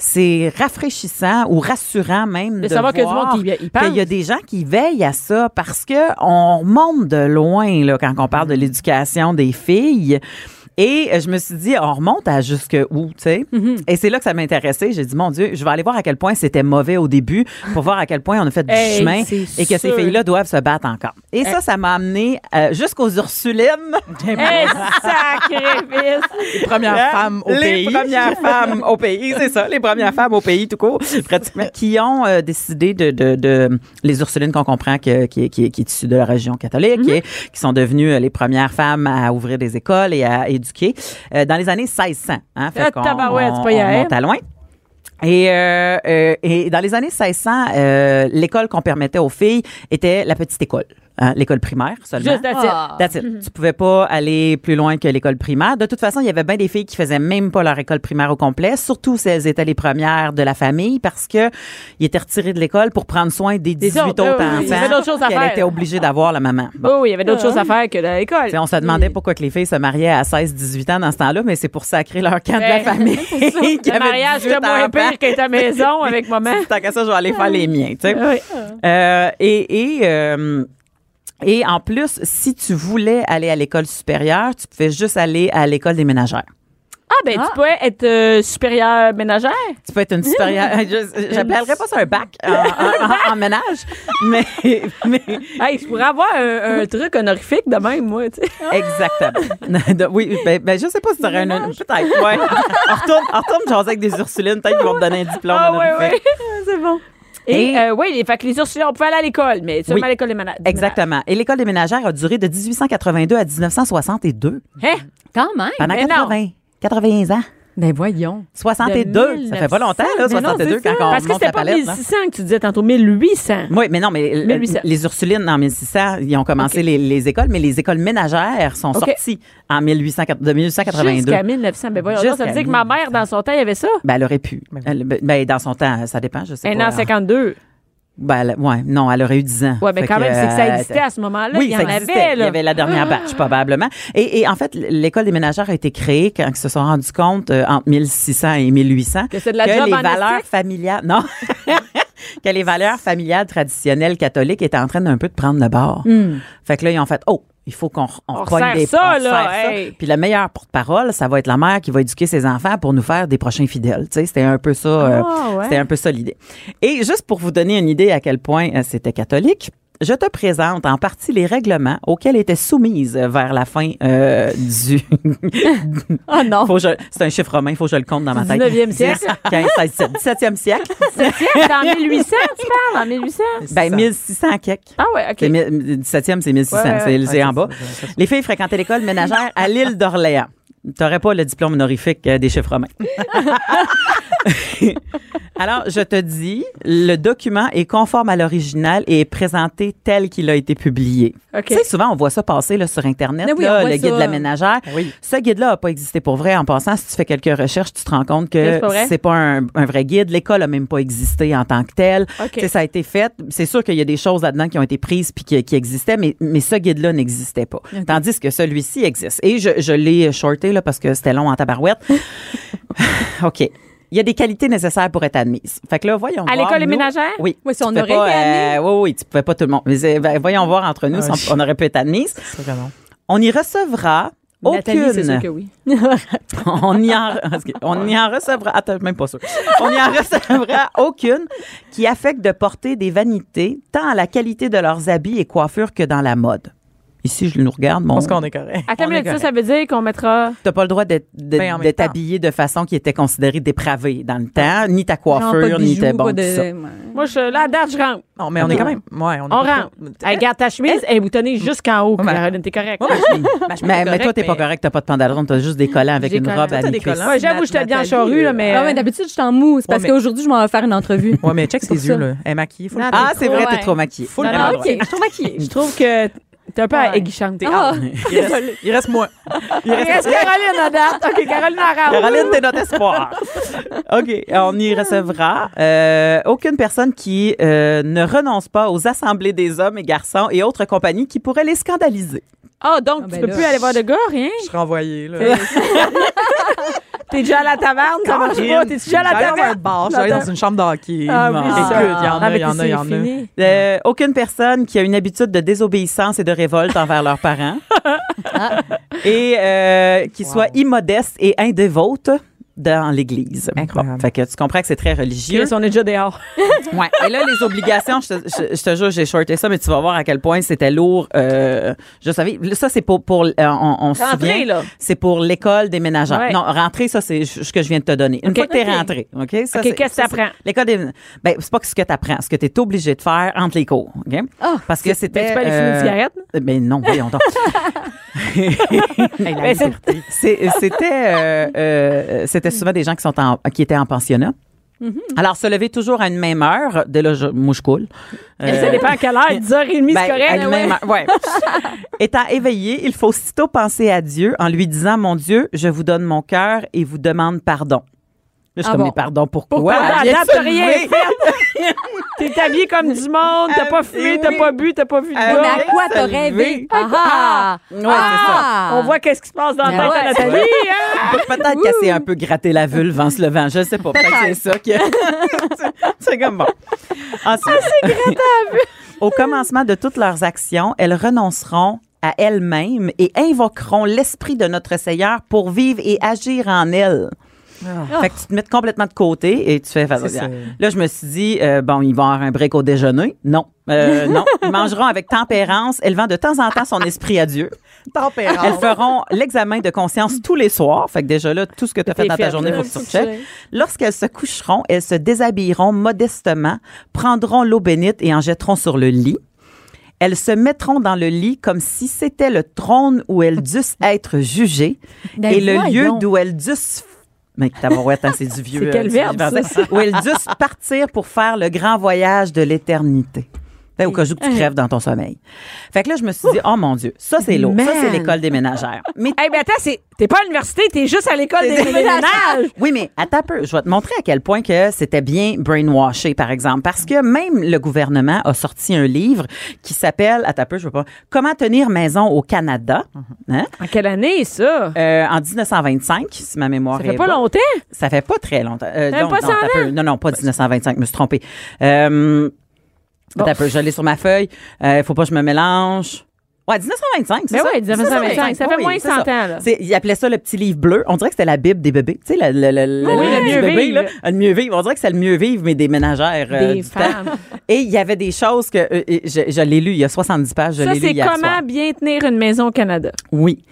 c'est rafraîchissant ou rassurant même
De
de
savoir qu'il y a du
voir
monde qui y- y pense.
qu'il y a des gens qui veillent à ça parce que on remonte de loin là quand on
Mm-hmm.
parle de l'éducation des filles. Et euh, je me suis dit, on remonte à jusque où, tu sais.
Mm-hmm.
Et c'est là que ça m'intéressait. J'ai dit, mon Dieu, je vais aller voir à quel point c'était mauvais au début pour voir à quel point on a fait du
Hey,
chemin
c'est
et que ces
sûr.
filles-là doivent se battre encore. Et ça, ça m'a amené euh, jusqu'aux Ursulines.
Eh, sacrifice!
Les premières
Hein?
femmes au
Les
pays.
premières
femmes au pays, c'est ça. Les premières femmes au pays, tout court, pratiquement, qui ont euh, décidé de, de, de- les Ursulines qu'on comprend que, qui, est- qui, est- qui est issue de la région catholique, qui est- qui, sont devenues euh, les premières femmes à ouvrir des écoles et à éduquer euh, dans les années 1600. Hein,
Ah,
fait qu'on
tabarouette, c'est
on-
pas hier.
on monte à loin. Et, euh, euh, et dans les années 1600, euh, l'école qu'on permettait aux filles était la petite école, hein, l'école primaire seulement.
Juste that's it.
That's it.
Mm-hmm.
Tu pouvais pas aller plus loin que l'école primaire. De toute façon, il y avait bien des filles qui faisaient même pas leur école primaire au complet, surtout si elles étaient les premières de la famille parce que ils étaient retirés de l'école pour prendre soin des 18
autres,
autres,
oui, oui, il y avait d'autres choses à
enfants qu'elles
faire.
étaient obligées d'avoir la maman. Bon.
Oh, il y avait d'autres choses à faire que de l'école.
Tu sais, On se demandait pourquoi que les filles se mariaient à 16-18 ans dans ce temps-là, mais c'est pour sacrer leur camp de la
Ben,
famille.
Le
qui avait
mariage
18
était moins
enfants.
pire qu'être à maison avec maman.
Tant qu'à ça, je vais aller faire les miens. tu sais.
Oui.
Euh, et et euh, et en plus, si tu voulais aller à l'école supérieure, tu pouvais juste aller à l'école des ménagères.
Ah, ben, tu peux être euh, supérieure ménagère.
Tu peux être une supérieure. je- J'appellerais pas ça un bac en, en- en- en ménage, mais, mais
Hey, je pourrais avoir un, un truc honorifique de même, moi, tu sais.
exactement. Donc, oui, ben, ben, je sais pas si tu aurais un. Peut-être, ouais. En retourne, en retourne jaser avec des Ursulines, peut-être qu'ils vont me donner un diplôme.
Ah,
en
ouais,
effet.
ouais. C'est bon. Et,
Et-
euh, oui, les, fait que les Ursulines, on pouvait aller à l'école, mais seulement
Oui.
à l'école des malades.
Exactement. Et l'école des ménagères a duré de 1882 à 1962.
Hein?
Quand même.
Pendant
Mais non.
80, 80 ans.
Ben voyons.
62. Ça fait pas longtemps, là,
Mais non,
62,
c'est
quand
ça.
on
Parce que
monte la
c'était pas
palette. là.
1600 que tu disais tantôt, 1800.
Oui, mais non, mais l-
1800.
les Ursulines, en 1600, ils ont commencé les, les écoles, mais les écoles ménagères sont
OK.
sorties en 1800, de 1882.
Jusqu'à 1900. Ben voyons, donc, ça veut
Jusqu'à
dire que ma mère, dans son temps, il y avait ça.
Ben, elle aurait pu. Elle- Ben, dans son temps, ça dépend, je sais
Un
pas.
an 52.
Ben, elle- ouais, non, elle aurait eu 10 ans.
Ouais, mais
Fait
quand
que,
même, c'est que
euh,
ça existait à ce moment-là.
oui,
il y
ça
en
existait.
avait, là. Ah!
Il y avait la dernière batch, probablement. Et, et en fait, l'école des ménagères a été créée quand ils se sont rendus compte, euh, entre 1600 et 1800,
Que c'est de la job
les
en
valeurs
esti.
familiales... Non! que les valeurs familiales traditionnelles catholiques étaient en train d'un peu de prendre le bord. Fait que là, ils ont fait, oh, il faut qu'on on
Hmm. On
cogne
resserre
des
ça,
on
là,
resserre ça.
hey.
Puis le meilleur porte-parole, ça va être la mère qui va éduquer ses enfants pour nous faire des prochains fidèles. Tu sais, c'était un peu ça. euh,
Ah, ouais.
C'était un peu ça l'idée. Et juste pour vous donner une idée à quel point euh, c'était catholique. Je te présente en partie les règlements auxquels était soumise euh, vers la fin euh, du.
Ah,
Oh non.
Faut que je- C'est un chiffre romain, il faut que je le compte dans ma tête.
19e siècle.
10, 15, 16, 17, 17e siècle.
Tiens, dans 1800, tu parles, en 1800?
Ben, 1600 quelques.
Ah ouais, OK.
C'est mi- 17e, c'est 1600.
Ouais, ouais,
c'est
ouais.
c'est en bas. Les filles fréquentaient l'école ménagère à l'île d'Orléans. T'aurais pas le diplôme honorifique euh, des chiffres romains. Alors, je te dis, le document est conforme à l'original et est présenté tel qu'il a été publié.
OK.
Tu sais, souvent, on voit ça passer là, sur Internet,
Mais oui, on
là,
voit
le guide
ça.
de la ménagère.
Oui.
Ce guide-là n'a pas existé pour vrai. En passant, si tu fais quelques recherches, tu te rends compte
C'est
que
pas vrai?
c'est pas un, un vrai guide. L'école n'a même pas existé en tant que telle.
OK.
Tu sais, Ça a été fait. C'est sûr qu'il y a des choses là-dedans qui ont été prises puis qui, qui existaient, mais, mais ce guide-là n'existait pas. Tandis que celui-ci existe. Et je, je l'ai shorté là, parce que c'était long en tabarouette. OK. Il y a des qualités nécessaires pour être admise. Fait que là, voyons
À
voir,
l'école des
nous-
ménagères?
Oui.
Oui, si
Tu
on
pouvais
aurait
pas,
été
euh, oui, oui, tu pouvais pas tout le monde. Mais c'est- ben, voyons voir entre nous
Ah,
si on, on aurait pu être admise.
C'est vrai, non.
On y recevra
Nathalie, c'est sûr
aucune.
que oui.
on y en, on y en recevra. Attends, même pas sûr. On y en recevra aucune qui affecte de porter des vanités tant à la qualité de leurs habits et coiffures que dans la mode. Ici, je nous regarde.
Je
Mon,
pense qu'on est correct.
Attends,
On
mais ça,
est correct.
ça veut dire qu'on mettra.
T'as pas le droit d'être de-
Ben, en même
d'être
temps.
habillé de façon qui était considérée dépravée dans le temps, ni ta coiffure,
Non, pas de
ni
bijoux,
ta bon,
pas
tout ça.
de...
Moi, je suis là, à date, je rentre.
Non, mais on est quand même. Ouais, on, est
On
pas- ben,
rentre. Elle garde ta chemise, elle est boutonnée jusqu'en haut.
Ouais, mais-
Caroline, t'es correct.
Ouais, mais je- ben, je suis
Mais, mais
correct,
toi, t'es pas
mais-
correct, t'as pas de pantalon, t'as juste des collants avec
J'ai
une
collants.
robe
T'as
à
des
mi-cuisse.
collants.
Ouais, j'avoue, j'étais bien
Nathalie,
charrue, là,
euh,
mais.
Ah ouais, d'habitude, je suis en mousse parce
Ouais, mais-
qu'aujourd'hui, je m'en vais faire une entrevue.
Ouais, mais check ses
Pour
yeux,
ça.
là. Elle est maquillée. Faut le
Ah, c'est vrai,
Ouais.
t'es trop maquillée.
Full
Non, non,
maquillée.
ok.
je suis maquillée.
Je trouve que t'es un peu
Ouais.
aguichante.
Ah,
Il reste- Il reste moi.
Il reste Caroline à date. OK, Caroline à rentre.
Caroline, t'es notre espoir. OK. On y recevra euh, aucune personne qui euh, ne renonce pas aux assemblées des hommes et garçons et autres compagnies qui pourraient les scandaliser.
Ah, donc,
Ah,
tu
ben
peux
là.
plus aller voir de gars, rien?
Je suis renvoyée, là.
T'es déjà à la taverne, ça marche pas. T'es déjà à la
J'allais dans un
taverne.
bar, j'allais dans une chambre d'hockey.
Ah oui,
Écoute,
ça.
il y en
Ah,
a,
mais
il y en a, il y en a.
fini.
Euh, aucune personne qui a une habitude de désobéissance et de révolte envers leurs parents. et euh, qui soit immodeste et indévote dans l'Église.
Incroyable.
Bon, fait que tu comprends que c'est très religieux.
Chris, on est déjà dehors.
Ouais. Et là, les obligations, je te, je- je te jure, j'ai shorté ça, mais tu vas voir à quel point c'était lourd. Euh, je savais. Ça, c'est pour. pour euh, on on se
Rentrez,
souvient.
là.
C'est pour l'école des ménagères.
Ouais.
Non, rentrer, ça, c'est ce que je viens de te donner. Une
Ok.
fois que tu es
Ok.
rentré. OK? Ça,
Ok, qu'est-ce
c'est-
que
ça,
t'apprends?
c'est- L'école des. Ben, c'est pas que ce que tu apprends, ce que tu es obligé de faire entre les cours. OK? Parce que
Ben,
c'était.
tu peux aller fumer une
euh,
cigarette?
ben non, voyons donc.
Ben, c'est-
C'est- C'était euh, euh, c'était souvent des gens qui sont en, qui étaient en pensionnat.
Mhm.
Alors, se lever toujours à une même heure, dès là, je, moi, je coule. Euh,
Ça dépend à quelle heure, 10h30,
ben,
c'est correct.
à une même heure, ouais. Étant éveillé, il faut aussitôt penser à Dieu en lui disant, Mon Dieu, je vous donne mon cœur et vous demande pardon. Là, Je suis
Ah
comme,
bon.
mais pardon, pourquoi? Ah,
Pourquoi? T'as
Elle vient de se
t'as rien
lever.
fait. T'es habillé comme du monde, t'as pas fumé, t'as pas bu, t'as pas vu de
Ah,
mais
gars.
à quoi
se
t'as
lever.
rêvé? Ah, ah,
Ouais, c'est ça.
ah.
On voit qu'est-ce qui se passe dans la
Ben
tête à
ouais.
Nathalie. hein?
Pe- Peut-être qu'elle s'est un peu gratté la vulve en se levant. Je sais pas. Peut-être que c'est ça qui. C'est- c'est comme bon. Ensuite, Au commencement de toutes leurs actions, elles renonceront à elles-mêmes et invoqueront l'esprit de notre Seigneur pour vivre et agir en elles. Fait que tu te mets complètement de côté et tu fais
Ah. C'est ça.
Là, je me suis dit, euh, bon, il va avoir un break au déjeuner. Non. Euh, non. Ils mangeront avec tempérance, élevant de temps en temps son esprit à Dieu. Elles
Tempérance.
feront l'examen de conscience tous les soirs. Fait que déjà là, tout ce que tu as fait
T'es
dans ta
faite,
journée,
là,
faut que tu
faut que
recheckes.
tu checkes.
Lorsqu'elles se coucheront, elles se déshabilleront modestement, prendront l'eau bénite et en jetteront sur le lit. Elles se mettront dans le lit comme si c'était le trône où elles dussent être jugées
Ben
et le lieu
voyons.
d'où elles dussent mais tabarouette, hein, c'est du vieux.
C'est quel
euh, du
verbe,
vieux français. Où elles dussent partir pour faire le grand voyage de l'éternité. Ben, Au cas où tu crèves dans ton sommeil. Fait que là, je me suis dit, oh mon Dieu, ça c'est lourd. Ça, c'est
Man.
l'école des ménagères. Mais
Eh ben attends, c'est- t'es pas à l'université, t'es juste à l'école des
Des
ménages.
oui, mais attends un peu. Je vais te montrer à quel point que c'était bien brainwashé, par exemple. Parce que même le gouvernement a sorti un livre qui s'appelle, attends un peu, je veux pas, Comment tenir maison au Canada, hein?
En quelle année, ça?
Euh, en 1925, si ma mémoire
Ça
est
fait pas
bonne.
longtemps?
Ça fait pas très longtemps. Euh,
Même
non,
pas 100
non, attends un peu. non, non, pas 1925, je me suis trompée. Euh,
Bon.
attends un peu, je l'ai sur ma feuille. Euh, faut pas que je me mélange. Ouais, 1925, c'est
Mais
ça?
oui, 1925, ça fait moins de 100 ans, là.
C'est- Ils appelaient ça le petit livre bleu. On dirait que c'était la Bible des bébés. Tu sais, la- la- la- la-
Ah Oui,
la-
le
du
mieux
bébé,
vivre.
là. Le mieux vivre. On dirait que c'est le mieux vivre, mais des ménagères euh,
Des
du temps.
femmes.
Et il y avait des choses que... euh, et je je l'ai lu, il y a 70 pages, je
Ça,
l'ai lu
c'est
hier soir.
comment bien tenir une maison au Canada.
Oui.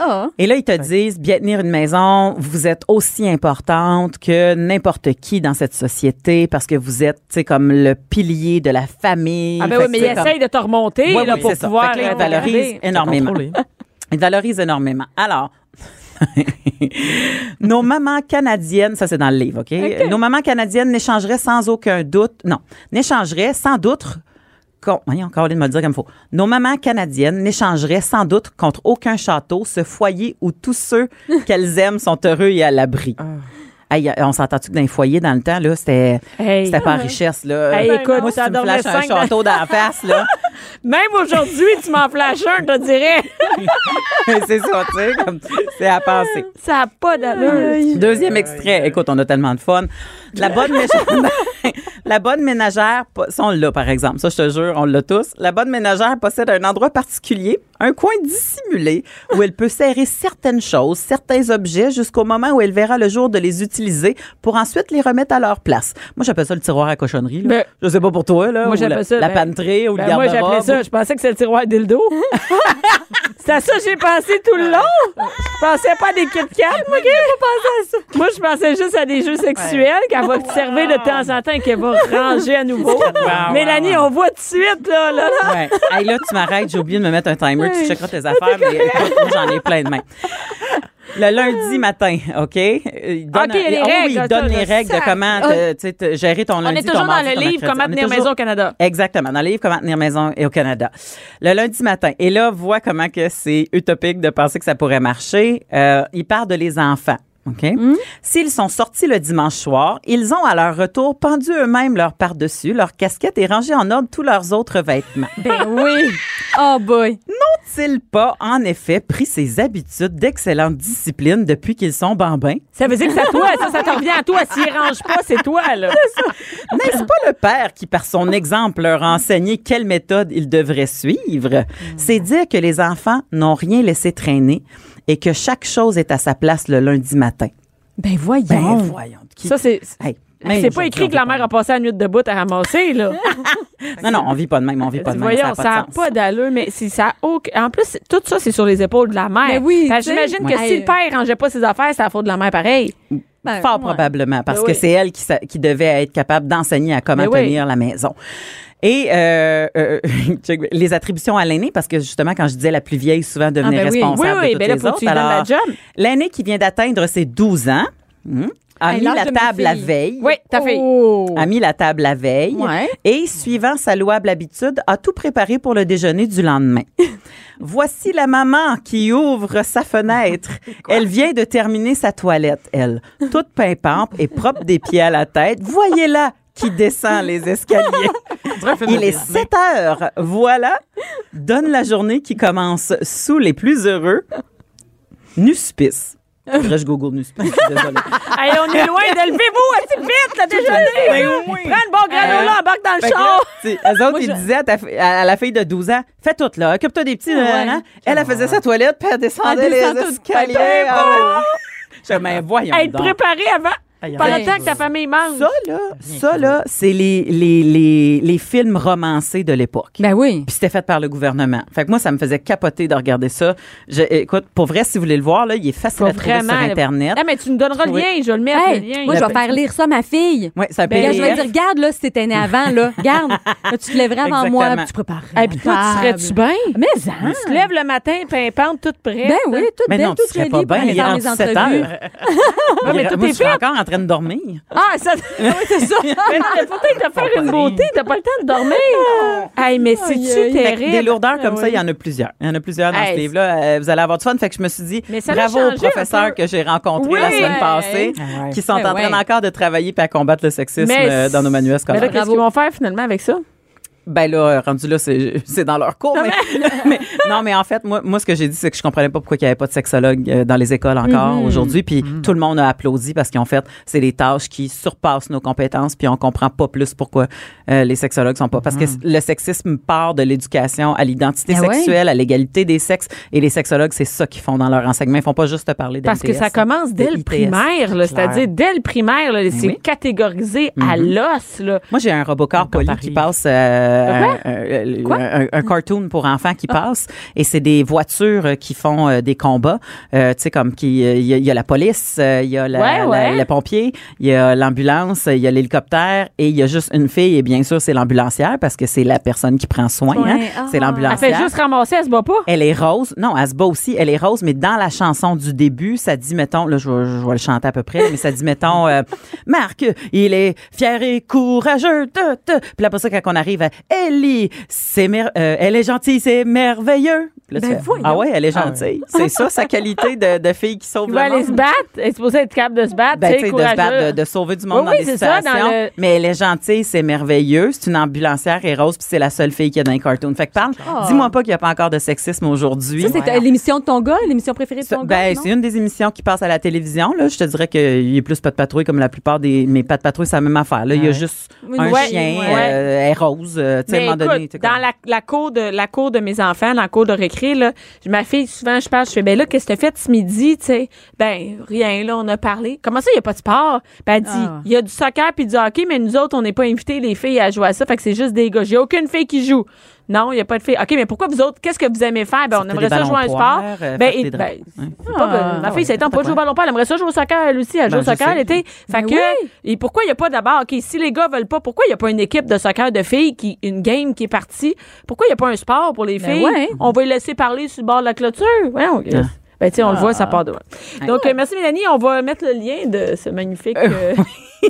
Ah,
Et là, ils te disent, bien tenir une maison, vous êtes aussi importante que n'importe qui dans cette société parce que vous êtes, tu sais, comme le pilier de la famille.
Ah ben
Fait
oui,
que
mais il
c'est comme-
essaye de te remonter
Ouais,
là,
oui,
pour
c'est ça.
pouvoir
Fait que là,
euh,
ils valorisent
regarder.
énormément.
Contrôlé.
Ils valorisent énormément. Alors, nos mamans canadiennes, ça c'est dans le livre, OK? Nos mamans canadiennes n'échangeraient sans aucun doute, non, n'échangeraient sans doute con- voyons, Caroline me le dire comme faut. Nos mamans canadiennes n'échangeraient sans doute contre aucun château ce foyer où tous ceux qu'elles aiment sont heureux et à l'abri. Hey, on s'entend-tu que dans les foyers, dans le temps, là, c'était
Ah. Hey.
c'était pas en richesse, là.
Hey, écoute,
Moi, si
ça
tu me
dormait
flashes un
cinq dans-
château dans la face, là,
Même aujourd'hui, tu m'en flashes un, je te dirais.
c'est ça, tu sais, comme- c'est à penser.
Ça n'a pas d'allure.
Deuxième extrait. Écoute, on a tellement de fun. La bonne ménagère, la bonne ménagère, po- ça on l'a par exemple, ça je te jure, on l'a tous. La bonne ménagère possède un endroit particulier, un coin dissimulé où elle peut serrer certaines choses, certains objets jusqu'au moment où elle verra le jour de les utiliser pour ensuite les remettre à leur place. Moi j'appelle ça le tiroir à cochonnerie. Là.
Ben,
je sais pas pour toi là,
Moi,
ou la,
j'appelle ça.
la
ben,
panterie ou
ben,
le
Moi,
garde-robe.
j'appelais ça. Je pensais que c'était le tiroir dildo. c'est à ça que j'ai pensé tout le long. Je pensais pas à des Kit Kat, moi, Guy. Moi, je pensais juste à des jeux sexuels qu'elle va te servir de temps en temps et qu'elle va ranger à nouveau.
wow,
Mélanie, on voit tout de suite, là. là, là.
Ouais. Hey, là, tu m'arrêtes, j'ai oublié de me mettre un timer, tu checkeras tes affaires, mais écoute, moi, j'en ai plein de mains. Le lundi matin, OK? Euh, Il donne,
Ah. OK, il y a les
oh oui,
règles,
il
ça,
donne les
le
règles de
sac. Ah.
comment te- tu sais, te gérer ton
On
lundi,
est
ton
toujours dans
mardi,
le
ton
livre
mercredi.
Comment
On est
tenir
toujours-
maison au Canada.
Exactement, dans le livre Comment tenir maison et au Canada. Le lundi matin. Et là, vois comment que c'est utopique de penser que ça pourrait marcher. Euh, il parle de les enfants. OK?
Hmm?
S'ils sont sortis le dimanche soir, ils ont à leur retour pendu eux-mêmes leur par-dessus, leur casquette et rangé en ordre tous leurs autres vêtements.
ben oui. Oh boy.
N'a-t-il pas, en effet, pris ses habitudes d'excellente discipline depuis qu'ils sont bambins?
Ça veut dire que c'est à toi. Ça, ça te revient à toi. S'il range pas, c'est toi, là.
N'est-ce pas le père qui, par son exemple, leur a enseigné quelle méthode ils devraient suivre? C'est dire que les enfants n'ont rien laissé traîner et que chaque chose est à sa place le lundi matin.
Ben voyons.
Ben, voyons. qui-
Ça, c'est.
Hey, même
C'est pas
aujourd'hui,
écrit que
on
la
vit pas
mère a
de
passé la nuit de bout à ramasser, là.
même. Non, non, on vit pas de même, on vit pas de même.
Voyons,
a
ça
de
n'a
sens.
pas d'allure, mais si ça a aucun- En plus, c'est- tout ça, c'est sur les épaules de la mère.
Mais oui,
Fait que
tu sais.
J'imagine que
Ouais.
si le père rangeait pas ses affaires, c'est la faute de la mère pareil.
Ben,
Fort
ouais.
probablement, parce
Ben
que
oui.
c'est elle qui, sa- qui devait être capable d'enseigner à comment
Ben oui.
tenir la maison. Et euh, euh, check, les attributions à l'aîné, parce que justement, quand je disais la plus vieille, souvent devenait
Ah, ben oui.
Oui,
responsable de
oui,
toutes
ben là,
les
faut que tu lui
autres.
donnes la
Alors,
job.
L'aîné qui vient d'atteindre ses 12 ans hmm, a
Hey,
mis
l'âge
la
de ma
table la
fille.
veille.
Oui, ta fille.
A mis la table la veille.
Oh. Ouais.
Et, suivant sa louable habitude, a tout préparé pour le déjeuner du lendemain. Voici la maman qui ouvre sa fenêtre. Elle vient de terminer sa toilette, elle. Toute pimpante et propre des pieds à la tête. Voyez-la qui descend les escaliers. Il est 7 heures. Voilà. Donne la journée qui commence sous les plus heureux. Nuspice. Après, je google news. Désolée.
Hey, on est loin de levez-vous, assez vite, la déjeuner.
Ben oui.
Prends le bon granola,
Euh,
embarque dans
Fait
le
que là,
char.
tu sais, eux autres,
Moi,
ils
je-
disaient à, ta fi- à- à la fille de 12 ans, fais tout, là, occupe-toi des petits. nan, nan. Elle, elle faisait sa toilette, puis elle descendait
Elle
les
descend toute
escaliers.
pimpée,
Ah, ouais. Je mais voyons
Être
donc.
préparé avant,
Aïe,
pendant le
aïe.
temps que ta famille mange.
Ça, là, ça, là, c'est les, les, les, les films romancés de l'époque.
Ben oui.
Puis c'était fait par le gouvernement. Fait que moi, ça me faisait capoter de regarder ça. Je- écoute, pour vrai, si vous voulez le voir, là, il est facile
Pas
à trouver sur
vraiment.
Internet.
Ah, mais tu me donneras
Trouver.
le lien, je vais le mettre,
Hey,
le lien. Ben
moi, je vais faire lire ça à ma fille.
Ouais, ça
Regarde, je vais
PDF.
dire, regarde, ben là, si t'étais né avant, là. Regarde, là, tu te lèverais avant moi,
Exactement.
puis tu préparerais.
Hey, puis toi, tu serais-tu bien?
Mais, hein?
Tu te lèves le matin, pimpante, toute prête.
Ben oui, tout
Mais
belle,
non, tu
toute
serais pas
jolie pour
bien.
aller
Il est
faire
rendu
les
7
entrevues. Ah,
heures. Il
mais
est-
tout
moi,
est
je suis
fait.
encore en train de dormir.
Ah, ça, oui, c'est ça. Mais pourtant, de faire une beauté, t'as pas le temps de dormir. Hey, mais c'est-tu
Fait que
terrible?
des lourdeurs comme ça, il y
a.
en a plusieurs. Il y en a plusieurs dans
Hey,
ce livre-là. Euh, vous allez avoir du fun. Fait que je me suis dit,
Mais ça l'a
bravo aux
changé un peu.
professeurs que j'ai rencontrés
Oui.
la semaine
Ouais.
passée,
Ah ouais.
qui sont
Eh
en train
ouais.
encore de travailler puis à combattre le sexisme
Mais
euh, dans nos manuels
Mais
scolaires.
là, qu'est-ce qu'ils vont faire finalement avec ça?
Ben là, euh, rendu là, c'est c'est dans leur cours. Mais, mais- non, mais en fait, moi, moi ce que j'ai dit, c'est que je comprenais pas pourquoi il n'y avait pas de sexologue euh, dans les écoles encore
Mm-hmm.
aujourd'hui. Puis tout le monde a applaudi parce qu'en fait, c'est des tâches qui surpassent nos compétences. Puis on comprend pas plus pourquoi euh, les sexologues sont pas. Parce
Mm-hmm.
que le sexisme part de l'éducation à l'identité
Ben ouais.
sexuelle, à l'égalité des sexes. Et les sexologues, c'est ça qu'ils font dans leur enseignement. Ils font pas juste te parler
Parce que
d'MTS,
ça commence dès
de
le
ITS.
primaire, là, c'est-à-dire dès le primaire, là, c'est
Ben oui. Mm-hmm.
catégorisé à l'os. Là.
Moi, j'ai un Robocop poli
Paris.
qui passe, euh,
Quoi? Ah.
un, un- un- un cartoon pour enfants qui passe, et c'est des voitures euh, qui font euh, des combats, euh, tu sais, comme qui, euh, il y, a- il y a la police, euh, il y a la-
Ouais,
la-
ouais.
le pompier, il y a l'ambulance, il y a l'hélicoptère, et il y a juste une fille, et bien sûr, c'est l'ambulancière, parce que c'est la personne qui prend soin, hein.
Ouais, ah.
c'est
Elle fait
l'ambulancière.
juste ramasser, elle se bat pas.
Elle est rose. Non, elle se bat aussi. Elle est rose, mais dans la chanson du début, ça dit, mettons, là, je, vais- je vais le chanter à peu près, mais ça dit, mettons, euh, Marc, il est fier et courageux. Te, te. Puis là, pour ça, quand on arrive à Ellie, c'est mer- euh, elle est gentille, c'est merveilleux. Puis là, tu
Ben,
fais,
voyons.
ah ouais, elle est gentille. C'est ça, sa qualité de, de fille qui sauve
Elle
le
va
monde.
aller se battre. Elle est supposée être capable de se battre.
Ben,
tu
tu
sais,
sais, de, se battre,
courageuse.
de, de sauver du monde
Oui,
dans
oui,
des
c'est ça,
situations.
dans le-
Mais elle est gentille, c'est merveilleux. C'est une ambulancière et rose, puis c'est la seule fille qu'il y a dans les cartoons. Fait que parle, dis-moi pas qu'il n'y a pas encore de sexisme aujourd'hui.
Ça, c'est euh, l'émission de ton gars, l'émission préférée de
Ça,
ton gars.
ben,
non?
c'est une des émissions qui passe à la télévision. Là. Je te dirais qu'il y a plus pas de patrouille comme la plupart des. Mais pas de patrouille, c'est la même affaire. Là. Il y a juste un
ouais,
chien,
ouais.
euh, elle est rose. euh, tu sais, à un
Mais
moment
écoute,
donné, t'es
dans
comme-
la, la cour de la cour de mes enfants, dans la cour de récré, là, je- ma fille souvent je parle, je fais ben là qu'est-ce que t'as fait ce midi, tu sais Ben rien là, on a parlé. Comment ça il y a pas de sport Ben elle dit
Ah.
il y a du soccer puis du hockey, mais nous autres on n'est pas invités les filles à jouer à ça, fait que c'est juste des gars. J'ai aucune fille qui joue. Non, il y a pas de filles. OK, mais pourquoi vous autres qu'est-ce que vous aimez faire Ben on
Sortez
aimerait
des
ça jouer à un
ballons
sport.
poires, euh,
ben,
faites des
et-
draps.
ben,
Ouais. Ah.
c'est pas- ben, ma fille c'est temps pas de jouer au ballon elle aimerait ça jouer au soccer elle aussi, elle joue
Ben,
au
je
soccer
sais.
l'été. Fait
Ben
que et pourquoi il y a pas d'abord OK, si les gars veulent pas, pourquoi il y a pas une équipe de soccer de filles qui une game qui est partie Pourquoi il y a pas un sport pour les
Ben
filles
ouais.
On va les laisser parler sur le bord de la clôture. Ouais, on, Ben, tu sais, on le voit,
Ah.
ça part de loin. Donc, euh, merci Mélanie. On va mettre le lien de ce magnifique. euh,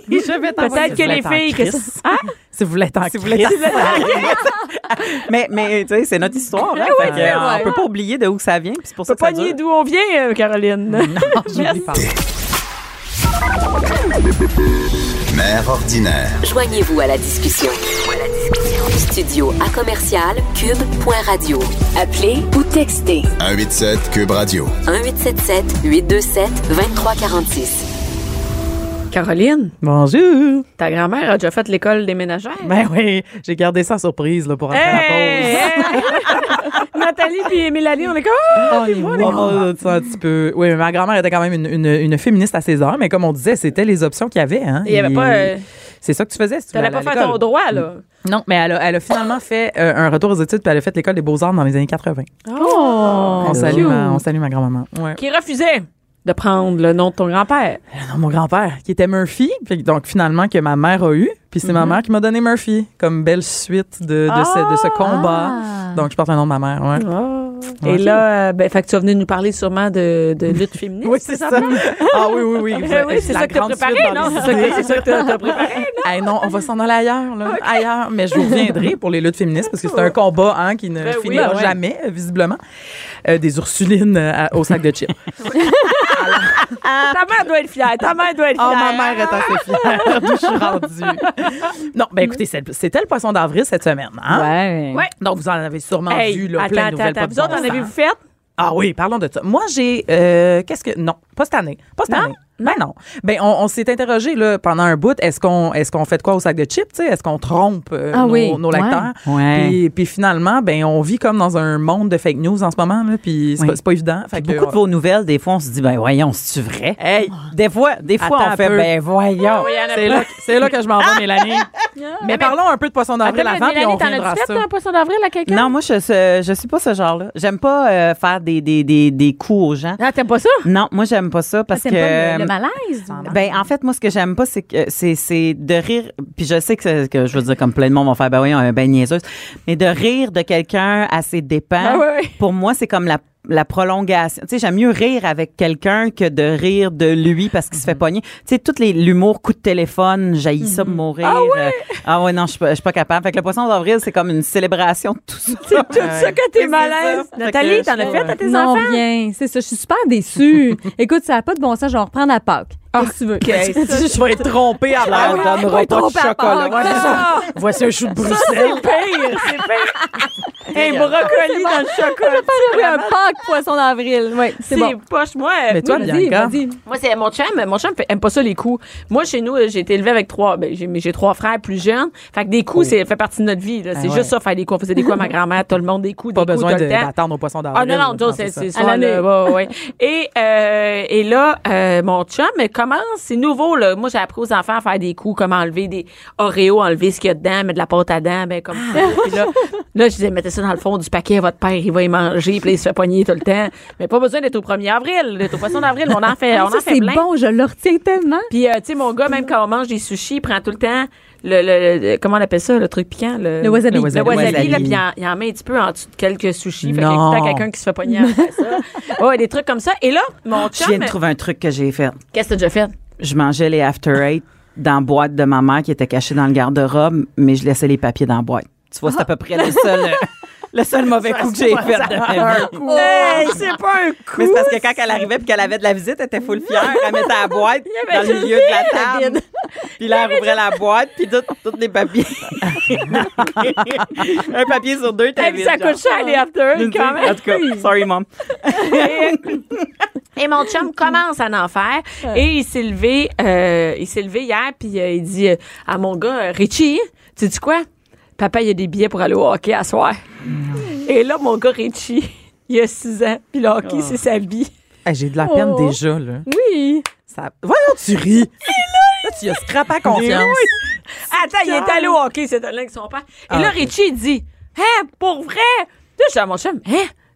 Je vais t'envoyer
Peut-être que
si vous
les
l'êtes en
filles. que ça-
crise.
Hein?
Si vous voulez être en
Si vous voulez-
crise.
Ah, mais mais tu sais, c'est notre histoire. Hein,
Ouais,
Fait que,
ouais,
euh,
ouais.
On peut pas oublier de où ça vient. puis C'est pour
On
ça
peut
que
pas
ça dure.
nier d'où on vient, euh, Caroline. Merci.
Mère ordinaire.
Joignez-vous à la discussion. Studio à commercial cube.radio. Appelez ou textez
187 Cube Radio.
1877 827 2346.
Caroline,
Bonjour.
ta grand-mère a déjà fait l'école des ménagères.
Ben oui, j'ai gardé ça en surprise là, pour après
Hey!
la pause.
Nathalie et Mélanie, on est comme. Ah!
Oh, les mots, ça, un petit peu. Oui, mais ma grand-mère était quand même une, une- une féministe à ses heures, mais comme on disait, c'était les options qu'il y avait. Hein.
Il y avait
Et
pas, euh,
C'est ça que tu faisais. Si tu
T'allais
voulais
pas
aller
faire
à
ton
l'école.
droit, là.
Non, mais elle a, elle a finalement fait euh, un retour aux études, puis elle a fait l'école des beaux-arts dans les années 80.
Oh!
on, salue ma, on salue ma grand-maman. Ouais.
Qui refusait de prendre le nom de ton Ah, grand-père.
Non, mon grand-père, qui était Murphy, puis donc finalement que ma mère a eu, puis c'est
Mm-hmm.
ma mère qui m'a donné Murphy, comme belle suite de, de, ce,
Ah!
de ce combat. Donc je porte le nom de ma mère, ouais.
Et
Ah. Ouais.
là, euh, ben, fait que tu vas venir nous parler sûrement de, de lutte féministe.
Oui, c'est ça. Ah oui, oui, oui.
Eh oui, c'est
la
ça que t'as
grande
préparé,
suite dans
non?
les
C'est ça que-
idées.
c'est ça que t'as t'as préparé.
Eh non, on va s'en aller ailleurs, là. Ailleurs. Mais je vous reviendrai pour les luttes féministes parce que c'est un combat hein, qui ne
Ben oui,
finira
ben ouais.
jamais, euh, visiblement. Euh, des Ursulines euh, à- au sac de chips.
Ta mère doit être fière. Ta mère doit être
Ah,
fière.
ma mère est assez fière d'où je suis rendue. Non, ben écoutez, c'est- c'était le poisson d'avril cette semaine. Hein?
Ouais.
Ouais.
Donc, vous en avez sûrement
Hey,
vu là,
attends,
plein de
attends,
nouvelles.
attends. Vous autres, en avez-vous fait?
Ah oui, parlons de ça. Moi, j'ai. euh, Qu'est-ce que. Non, pas cette année. Pas cette année. Ben non. Ben, on, on s'est interrogé là, pendant un bout. Est-ce qu'on est qu'on fait de quoi au sac de chips? tu sais? Est-ce qu'on trompe euh,
Ah
nos,
oui,
nos lecteurs?
ouais. Ouais.
Puis, puis finalement, ben, on vit comme dans un monde de fake news en ce moment. Là, puis c'est
Oui.
pas, c'est pas évident. Fait que,
Beaucoup de Oh. vos nouvelles, des fois, on se dit, ben voyons, c'est-tu vrai?
Hey,
Des fois, des fois
Attends
on
un
fait,
peu.
ben voyons.
c'est là, que- c'est là que je m'en
Ah!
vais, Mélanie. mais parlons un peu de poisson d'avril
Attends,
avant, puis on
Mélanie, t'en
reviendra à
as-tu
ça.
fait un poisson d'avril à quelqu'un?
Non, moi, je, ce- je suis pas ce genre-là. J'aime pas euh, faire des, des, des, des coups aux gens.
Ah, t'aimes pas ça?
Non, moi, j'aime pas ça parce
C'est
que.
Ah,
euh,
pas le, le malaise.
Ben, en fait, moi, ce que j'aime pas, c'est que c'est, c'est de rire. Puis je sais que, c'est- que je veux dire, comme plein de monde vont faire, ben oui, on est ben niaiseuse. Mais de rire de quelqu'un à ses dépens,
Ah oui, oui.
pour moi, c'est comme la la prolongation. Tu sais, j'aime mieux rire avec quelqu'un que de rire de lui parce qu'il se fait pogner. Tu sais, toutes les l'humour coup de téléphone, jaillit ça de mourir. Ah ouais, ah ouais non, je suis pas- je suis pas capable. Fait que le poisson d'avril, c'est comme une célébration de tout ça.
C'est tout ça que
c'est
t'es malaise.
ça. Fait
Nathalie,
que
t'en as
je-
fait à tes
non,
enfants?
rien. C'est ça, je suis super déçue. Écoute, ça n'a pas de bon sens, je vais en reprendre à Pâques.
Ah,
Qu'est-ce que tu veux?
je vais être trompée à
Ah oui,
l'heure.
on va être trompé à part.
Voici un chou de
Ça, c'est pire, c'est pire. Un brocoli dans le chocolat.
Oui, un Pâques poisson d'avril. Oui, c'est
C'est
bon.
poche, moi.
Mais toi,
moi,
Vas-y,
Bianca.
vas-y.
moi, c'est mon chum. Mon chum fait- aime pas ça, les coups. Moi, chez nous, euh, j'ai été élevée avec trois. Ben, j'ai, mais j'ai trois frères plus jeunes. Fait que des coups, c'est fait partie de notre vie. là. C'est
Ben ouais.
juste ça, faire des coups. On faisait des coups à ma grand-mère, tout le monde, des coups,
Pas
des coups,
besoin
tout
de-
le temps.
d'attendre au poisson d'avril.
Ah non, non, Joe, c'est
ça.
c'est soir,
l'année.
là, ouais, ouais. Et, euh, et là, euh, mon chum mais commence, c'est nouveau, là. Moi, j'ai appris aux enfants à faire des coups, comme enlever des Oreos, enlever ce qu'il y a dedans, mettre de la pâte à dents, ben, comme ça. Puis là, là, je disais, mettez ça dans le fond du paquet, votre père, il va y manger, puis là, il se fait pogner tout le temps. Mais pas besoin d'être au 1er avril, d'être au poisson d'avril, on en fait, on
Ah, Ça,
en fait
c'est
plein.
bon, je le retiens tellement.
Puis, euh, tu sais, mon gars, même quand on mange des sushis, il prend tout le temps le, le- le- comment on appelle ça, le truc piquant, le,
Le wasabi.
Le
le wasabi,
wasabi.
wasabi.
là, puis il en, il en met un petit peu en dessous de quelques sushis. Fait qu'il y a tout
Non.
le temps quelqu'un qui se fait pogner après ça. Ouais, des trucs comme ça. Et là, mon
Je
chum,
viens de trouver un truc que j'ai fait.
qu'est-ce que t'as déjà fait?
je mangeais les After Eight dans la boîte de ma mère qui était cachée dans le garde-robe, mais je laissais les papiers dans la boîte. Tu vois, c'est à peu près le seul, le seul mauvais coup que j'ai fait de ma vie.
Hey, c'est pas un coup.
Mais c'est parce que quand elle arrivait puis qu'elle avait de la visite, elle était full fière. Elle mettait la boîte dans le milieu de la table. Puis là, elle ouvrait la boîte, puis tout- tous les papiers. un papier sur deux, t'as
Hey, puis ça coûte cher, les after Eight, quand même.
En tout cas, sorry, mom.
Et mon chum commence à en faire. Et il s'est levé, euh, il s'est levé hier, puis euh, il dit euh, à mon gars, euh, Richie, tu dis quoi? Papa, il y a des billets pour aller au hockey à soir. Et là, mon gars Richie, il a 6 ans, puis le hockey, c'est sa vie.
J'ai de la peine
Oh.
déjà, là.
Oui.
Ça... Voyons, tu ris. Là, tu as scrapé à conscience.
Ah, Attends, il est allé au hockey cette année avec son père. Et là, Richie, il dit Hein, pour vrai Là, je dis à mon chum Hein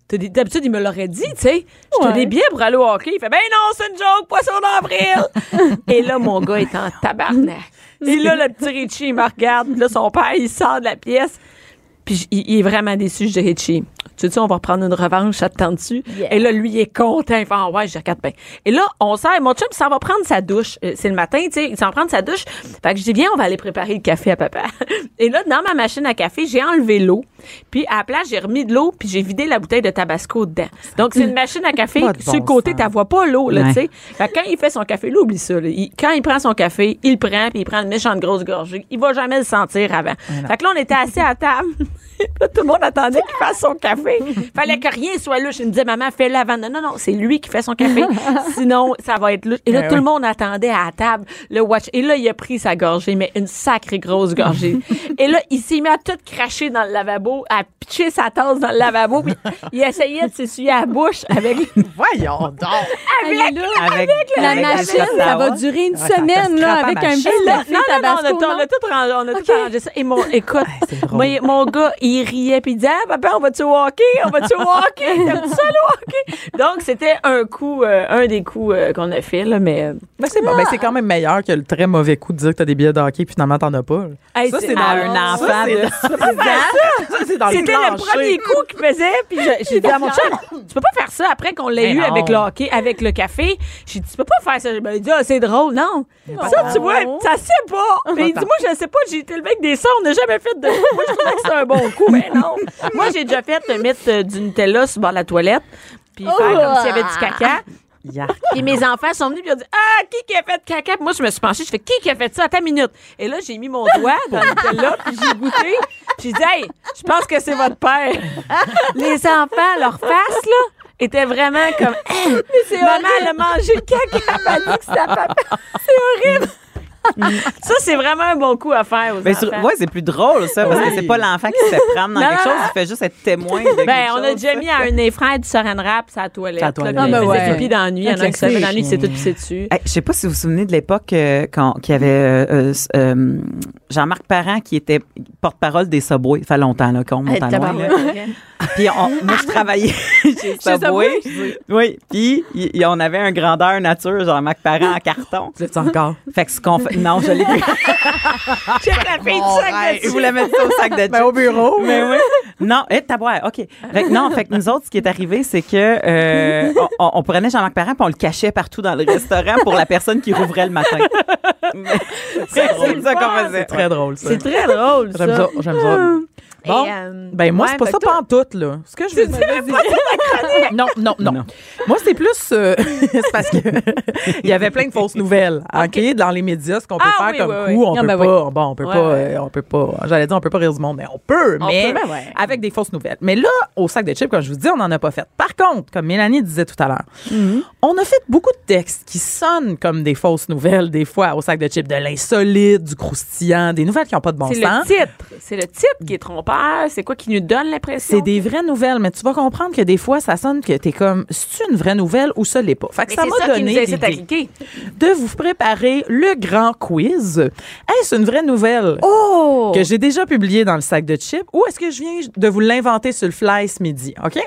T'as des- D'habitude, il me l'aurait dit, tu sais. Je te
Ouais.
des billets pour aller au hockey. Il fait Ben non, c'est une joke, poisson d'avril. Et là, mon gars est en tabarnak. Et là, le petit Richie, il me regarde. Là, son père, il sort de la pièce. Puis j- il, il est vraiment déçu. Je dis Richie, tu sais, on va prendre une revanche, ça te tente dessus. Et là, lui, il est content. Il fait Ah ouais, je regarde bien. Et là, on sert. Mon chum, ça va prendre sa douche. Euh, C'est le matin, tu sais, il s'en prend sa douche. Fait que je dis Viens, on va aller préparer le café à papa. Et là, dans ma machine à café, j'ai enlevé l'eau. Puis à la place, j'ai remis de l'eau, puis j'ai vidé la bouteille de tabasco dedans. Donc, c'est une machine à café.
Pas de
Sur
bon
le côté,
sens.
t'as vois pas l'eau, là,
Ouais.
tu sais. Fait que quand il fait son café, là, oublie ça, là. Il- quand il prend son café, il le prend, puis il prend une méchante grosse gorgée. Il va jamais le sentir avant. Fait que là, on était assis à table. Là, tout le monde attendait qu'il fasse son café. Fallait que rien soit louche. Il me disait, maman, fais-le avant. Non, non, non, c'est lui qui fait son café. Sinon, ça va être louche. Et là,
Ben
tout
oui.
le monde attendait à la table le watch. Et là, il a pris sa gorgée, mais une sacrée grosse gorgée. Et là, il s'est mis à tout cracher dans le lavabo, à pitcher sa tasse dans le lavabo, puis il essayait de s'essuyer à la bouche avec
Voyons donc.
Avec,
Avec,
la
avec des
machine,
shots
ça
d'Hawaï.
va durer une
Ouais, Ah, ça- ça
semaine
se
là,
frappe
avec
à
un
machine.
petit
Non, non,
café
non, on a,
tabasco.
tout- on a tout rangé, on a tout rangé ça. Et mon, écoute,
drôle.
moi, mon gars, il riait puis il disait, ah, papa, on va-tu au hockey? On va-tu au hockey? T'aimes-tu ça, le hockey? Donc, c'était un coup, euh, un des coups euh, qu'on a fait, là, mais... euh,
Ben, c'est bon. Ben, c'est quand même meilleur que le très mauvais coup de dire que t'as des billets de hockey puis finalement t'en as pas. là.
hey,
Ça, c'est dans
ah,
un
ça,
enfant de
C'était le premier coup qu'il faisait, puis je- j'ai dit à mon chum, tu peux pas faire ça après qu'on l'ait
Mais
eu
non.
avec le hockey, avec le café. J'ai dit, tu peux pas faire ça. Ben, il dit, ah, c'est drôle, non. Ça, tu vois, ça sait pas. Mais il dit, moi, je sais pas, j'ai été élevé avec des sons, on n'a jamais fait de. Moi, je trouvais que c'était un bon coup, mais non. Moi, j'ai déjà fait le mythe euh, du Nutella sur le bord de la toilette, puis faire comme s'il y avait du caca.
Yark.
Puis mes enfants sont venus et ils ont dit Ah, qui qui a fait caca? Puis moi, je me suis penchée, je fais Qui qui a fait ça? Attends une minute. Et là, j'ai mis mon doigt dans le Nutella, puis j'ai goûté. Puis j'ai dit Hey, je pense que c'est votre père. Les enfants, leur face, là, était vraiment comme Hein, Maman, elle a mangé le caca, elle m'a dit que c'était à papa. C'est horrible. ça, c'est vraiment un bon coup à faire aux
Ben,
enfants.
sur- ouais, c'est plus drôle, ça, parce que c'est pas l'enfant qui se prend
Non,
dans quelque
non,
chose,
non.
il fait juste être témoin
Ben,
de quelque
on a
chose,
déjà
ça.
mis à un des frères du saran wrap sa toilette.
Sa
là,
toilette.
Quand il
Ah, ben
faisait
ouais.
pipi dans la nuit, il y en a un qui savait dans la nuit, c'est tout pissé dessus.
Hey, je sais pas si vous vous souvenez de l'époque euh, quand qu'il y avait euh, euh, s- euh, Jean-Marc Parent qui était porte-parole des Subway, ça fait longtemps là qu'on monte
Hey,
à loin. là.
tabarouette.
Puis on- moi je travaillais chez Subway. Oui, puis il- il- on avait un grandeur nature Jean-Marc Parent en carton.
Vous êtes encore.
Fait que ce qu'on fait non, je l'ai plus.
Check la fille du sac de
Vous la mettez au sac de chips.
Ben, au bureau.
Mais oui. Non, et boire, OK. Fait que non, fait que nous autres, ce qui est arrivé, c'est que euh, on, on prenait Jean-Marc Parent puis on le cachait partout dans le restaurant pour la personne qui rouvrait le matin. c'est
drôle.
ça qu'on faisait.
C'est très drôle, ça.
C'est très drôle, ça. Ah.
J'aime ça. J'aime ça. Bon.
Et, euh,
Ben moi,
ouais,
c'est pas
fait
ça
que toi-
pas en tout, là. Ce que je veux dire. Non, non, non,
Non.
Moi, c'est plus euh, c'est parce que il y avait plein de fausses nouvelles. OK, dans les médias ce qu'on peut
Ah
faire
oui,
comme
oui,
coup,
oui.
on
Ah,
peut
ben
pas, bon, on peut
Ouais,
pas
ouais.
euh, on peut pas. J'allais dire on peut pas rire du monde, mais on peut,
On
mais
peut, ben ouais.
avec des fausses nouvelles. Mais là, au sac de chips comme je vous dis, on n'en a pas fait. Par contre, comme Mélanie disait tout à l'heure,
Mm-hmm.
on a fait beaucoup de textes qui sonnent comme des fausses nouvelles des fois au sac de chips de l'insolite, du croustillant, des nouvelles qui n'ont pas de bon
C'est
sens.
le titre. C'est le titre qui est trompeur. C'est quoi qui nous donne l'impression?
C'est des vraies nouvelles, mais tu vas comprendre que des fois, ça sonne que t'es comme, c'est une vraie nouvelle ou ça l'est pas. Fait que
Mais
ça
c'est
m'a
ça qui nous
donné
incite à
l'idée
cliquer.
de vous préparer le grand quiz. Est-ce une vraie nouvelle
Oh!
que j'ai déjà publiée dans le sac de chips ou est-ce que je viens de vous l'inventer sur le fly ce midi? OK? Et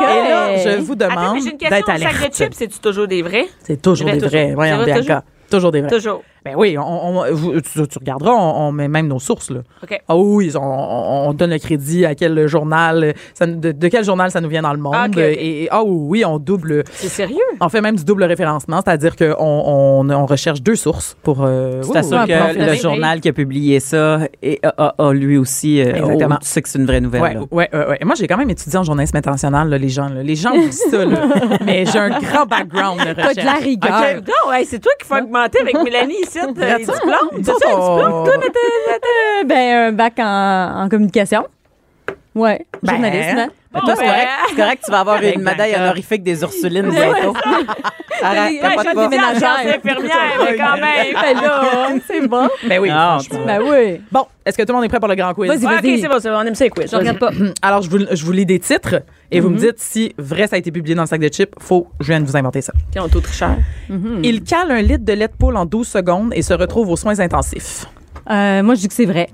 là, je vous
Ah. Attends,
demande
mais j'ai une question.
d'être
Le sac
alerte.
de chips, c'est-tu toujours des vrais?
C'est toujours
Ben,
des
toujours.
vrais. Voyons,
Toujours,
Bianca. Toujours des vrais.
Toujours.
Ben oui, on, on- vous- tu, tu regarderas, on, on met même nos sources. Là.
OK.
Ah oui, on, on- on donne le crédit à quel journal, euh, ça nous- de, de quel journal ça nous vient dans le monde.
Ah, OK, OK.
euh, Et, et- ah oui, oui, on double.
C'est sérieux?
On fait même du double référencement, c'est-à-dire qu'on on, on recherche deux sources pour. Euh,
Tu t'assures
oui, oui,
que
oui,
le
oui.
journal qui a publié ça et, a, a- a lui aussi, euh,
Exactement.
oh, tu sais que c'est une vraie nouvelle.
Ouais,
là.
ouais, ouais, ouais. Et Moi, j'ai quand même étudié en journalisme international, là, les gens. là. Les gens me disent ça, là. mais j'ai un grand background de
T'as
recherche.
de la rigueur.
Ah, non, hey, c'est toi qui faut augmenter avec Mélanie ici. euh, les diplômes.
Nous autres, on-
Euh, ben, un bac en, en communication. Ouais,
Ben,
journalisme. hein.
Mais toi, c'est
Bon, ben.
correct, c'est correct, tu vas avoir
Correct,
une médaille
Bianca.
honorifique des Ursulines bientôt. Arrête,
Ouais,
t'as
je
pas de
suis
pas.
ménagère.
infirmière, mais Eh quand même.
Ben là, hein, c'est bon.
Ben oui,
Non,
franchement.
Ben oui.
Bon, est-ce que tout le monde est prêt pour le grand quiz? Ah,
Vas-y,
Ah, OK,
vas-y.
c'est bon, c'est bon. On aime ça, les quiz.
Je regarde pas.
Alors, je vous, je vous lis des titres et vous me dites si vrai ça a été publié dans le sac de chips, faux, je viens de vous inventer ça.
Puis on est au tricheur.
Il
Hmm.
cale un litre de lait de poule en 12 secondes et se retrouve aux soins intensifs,
Euh, moi, je dis que c'est vrai.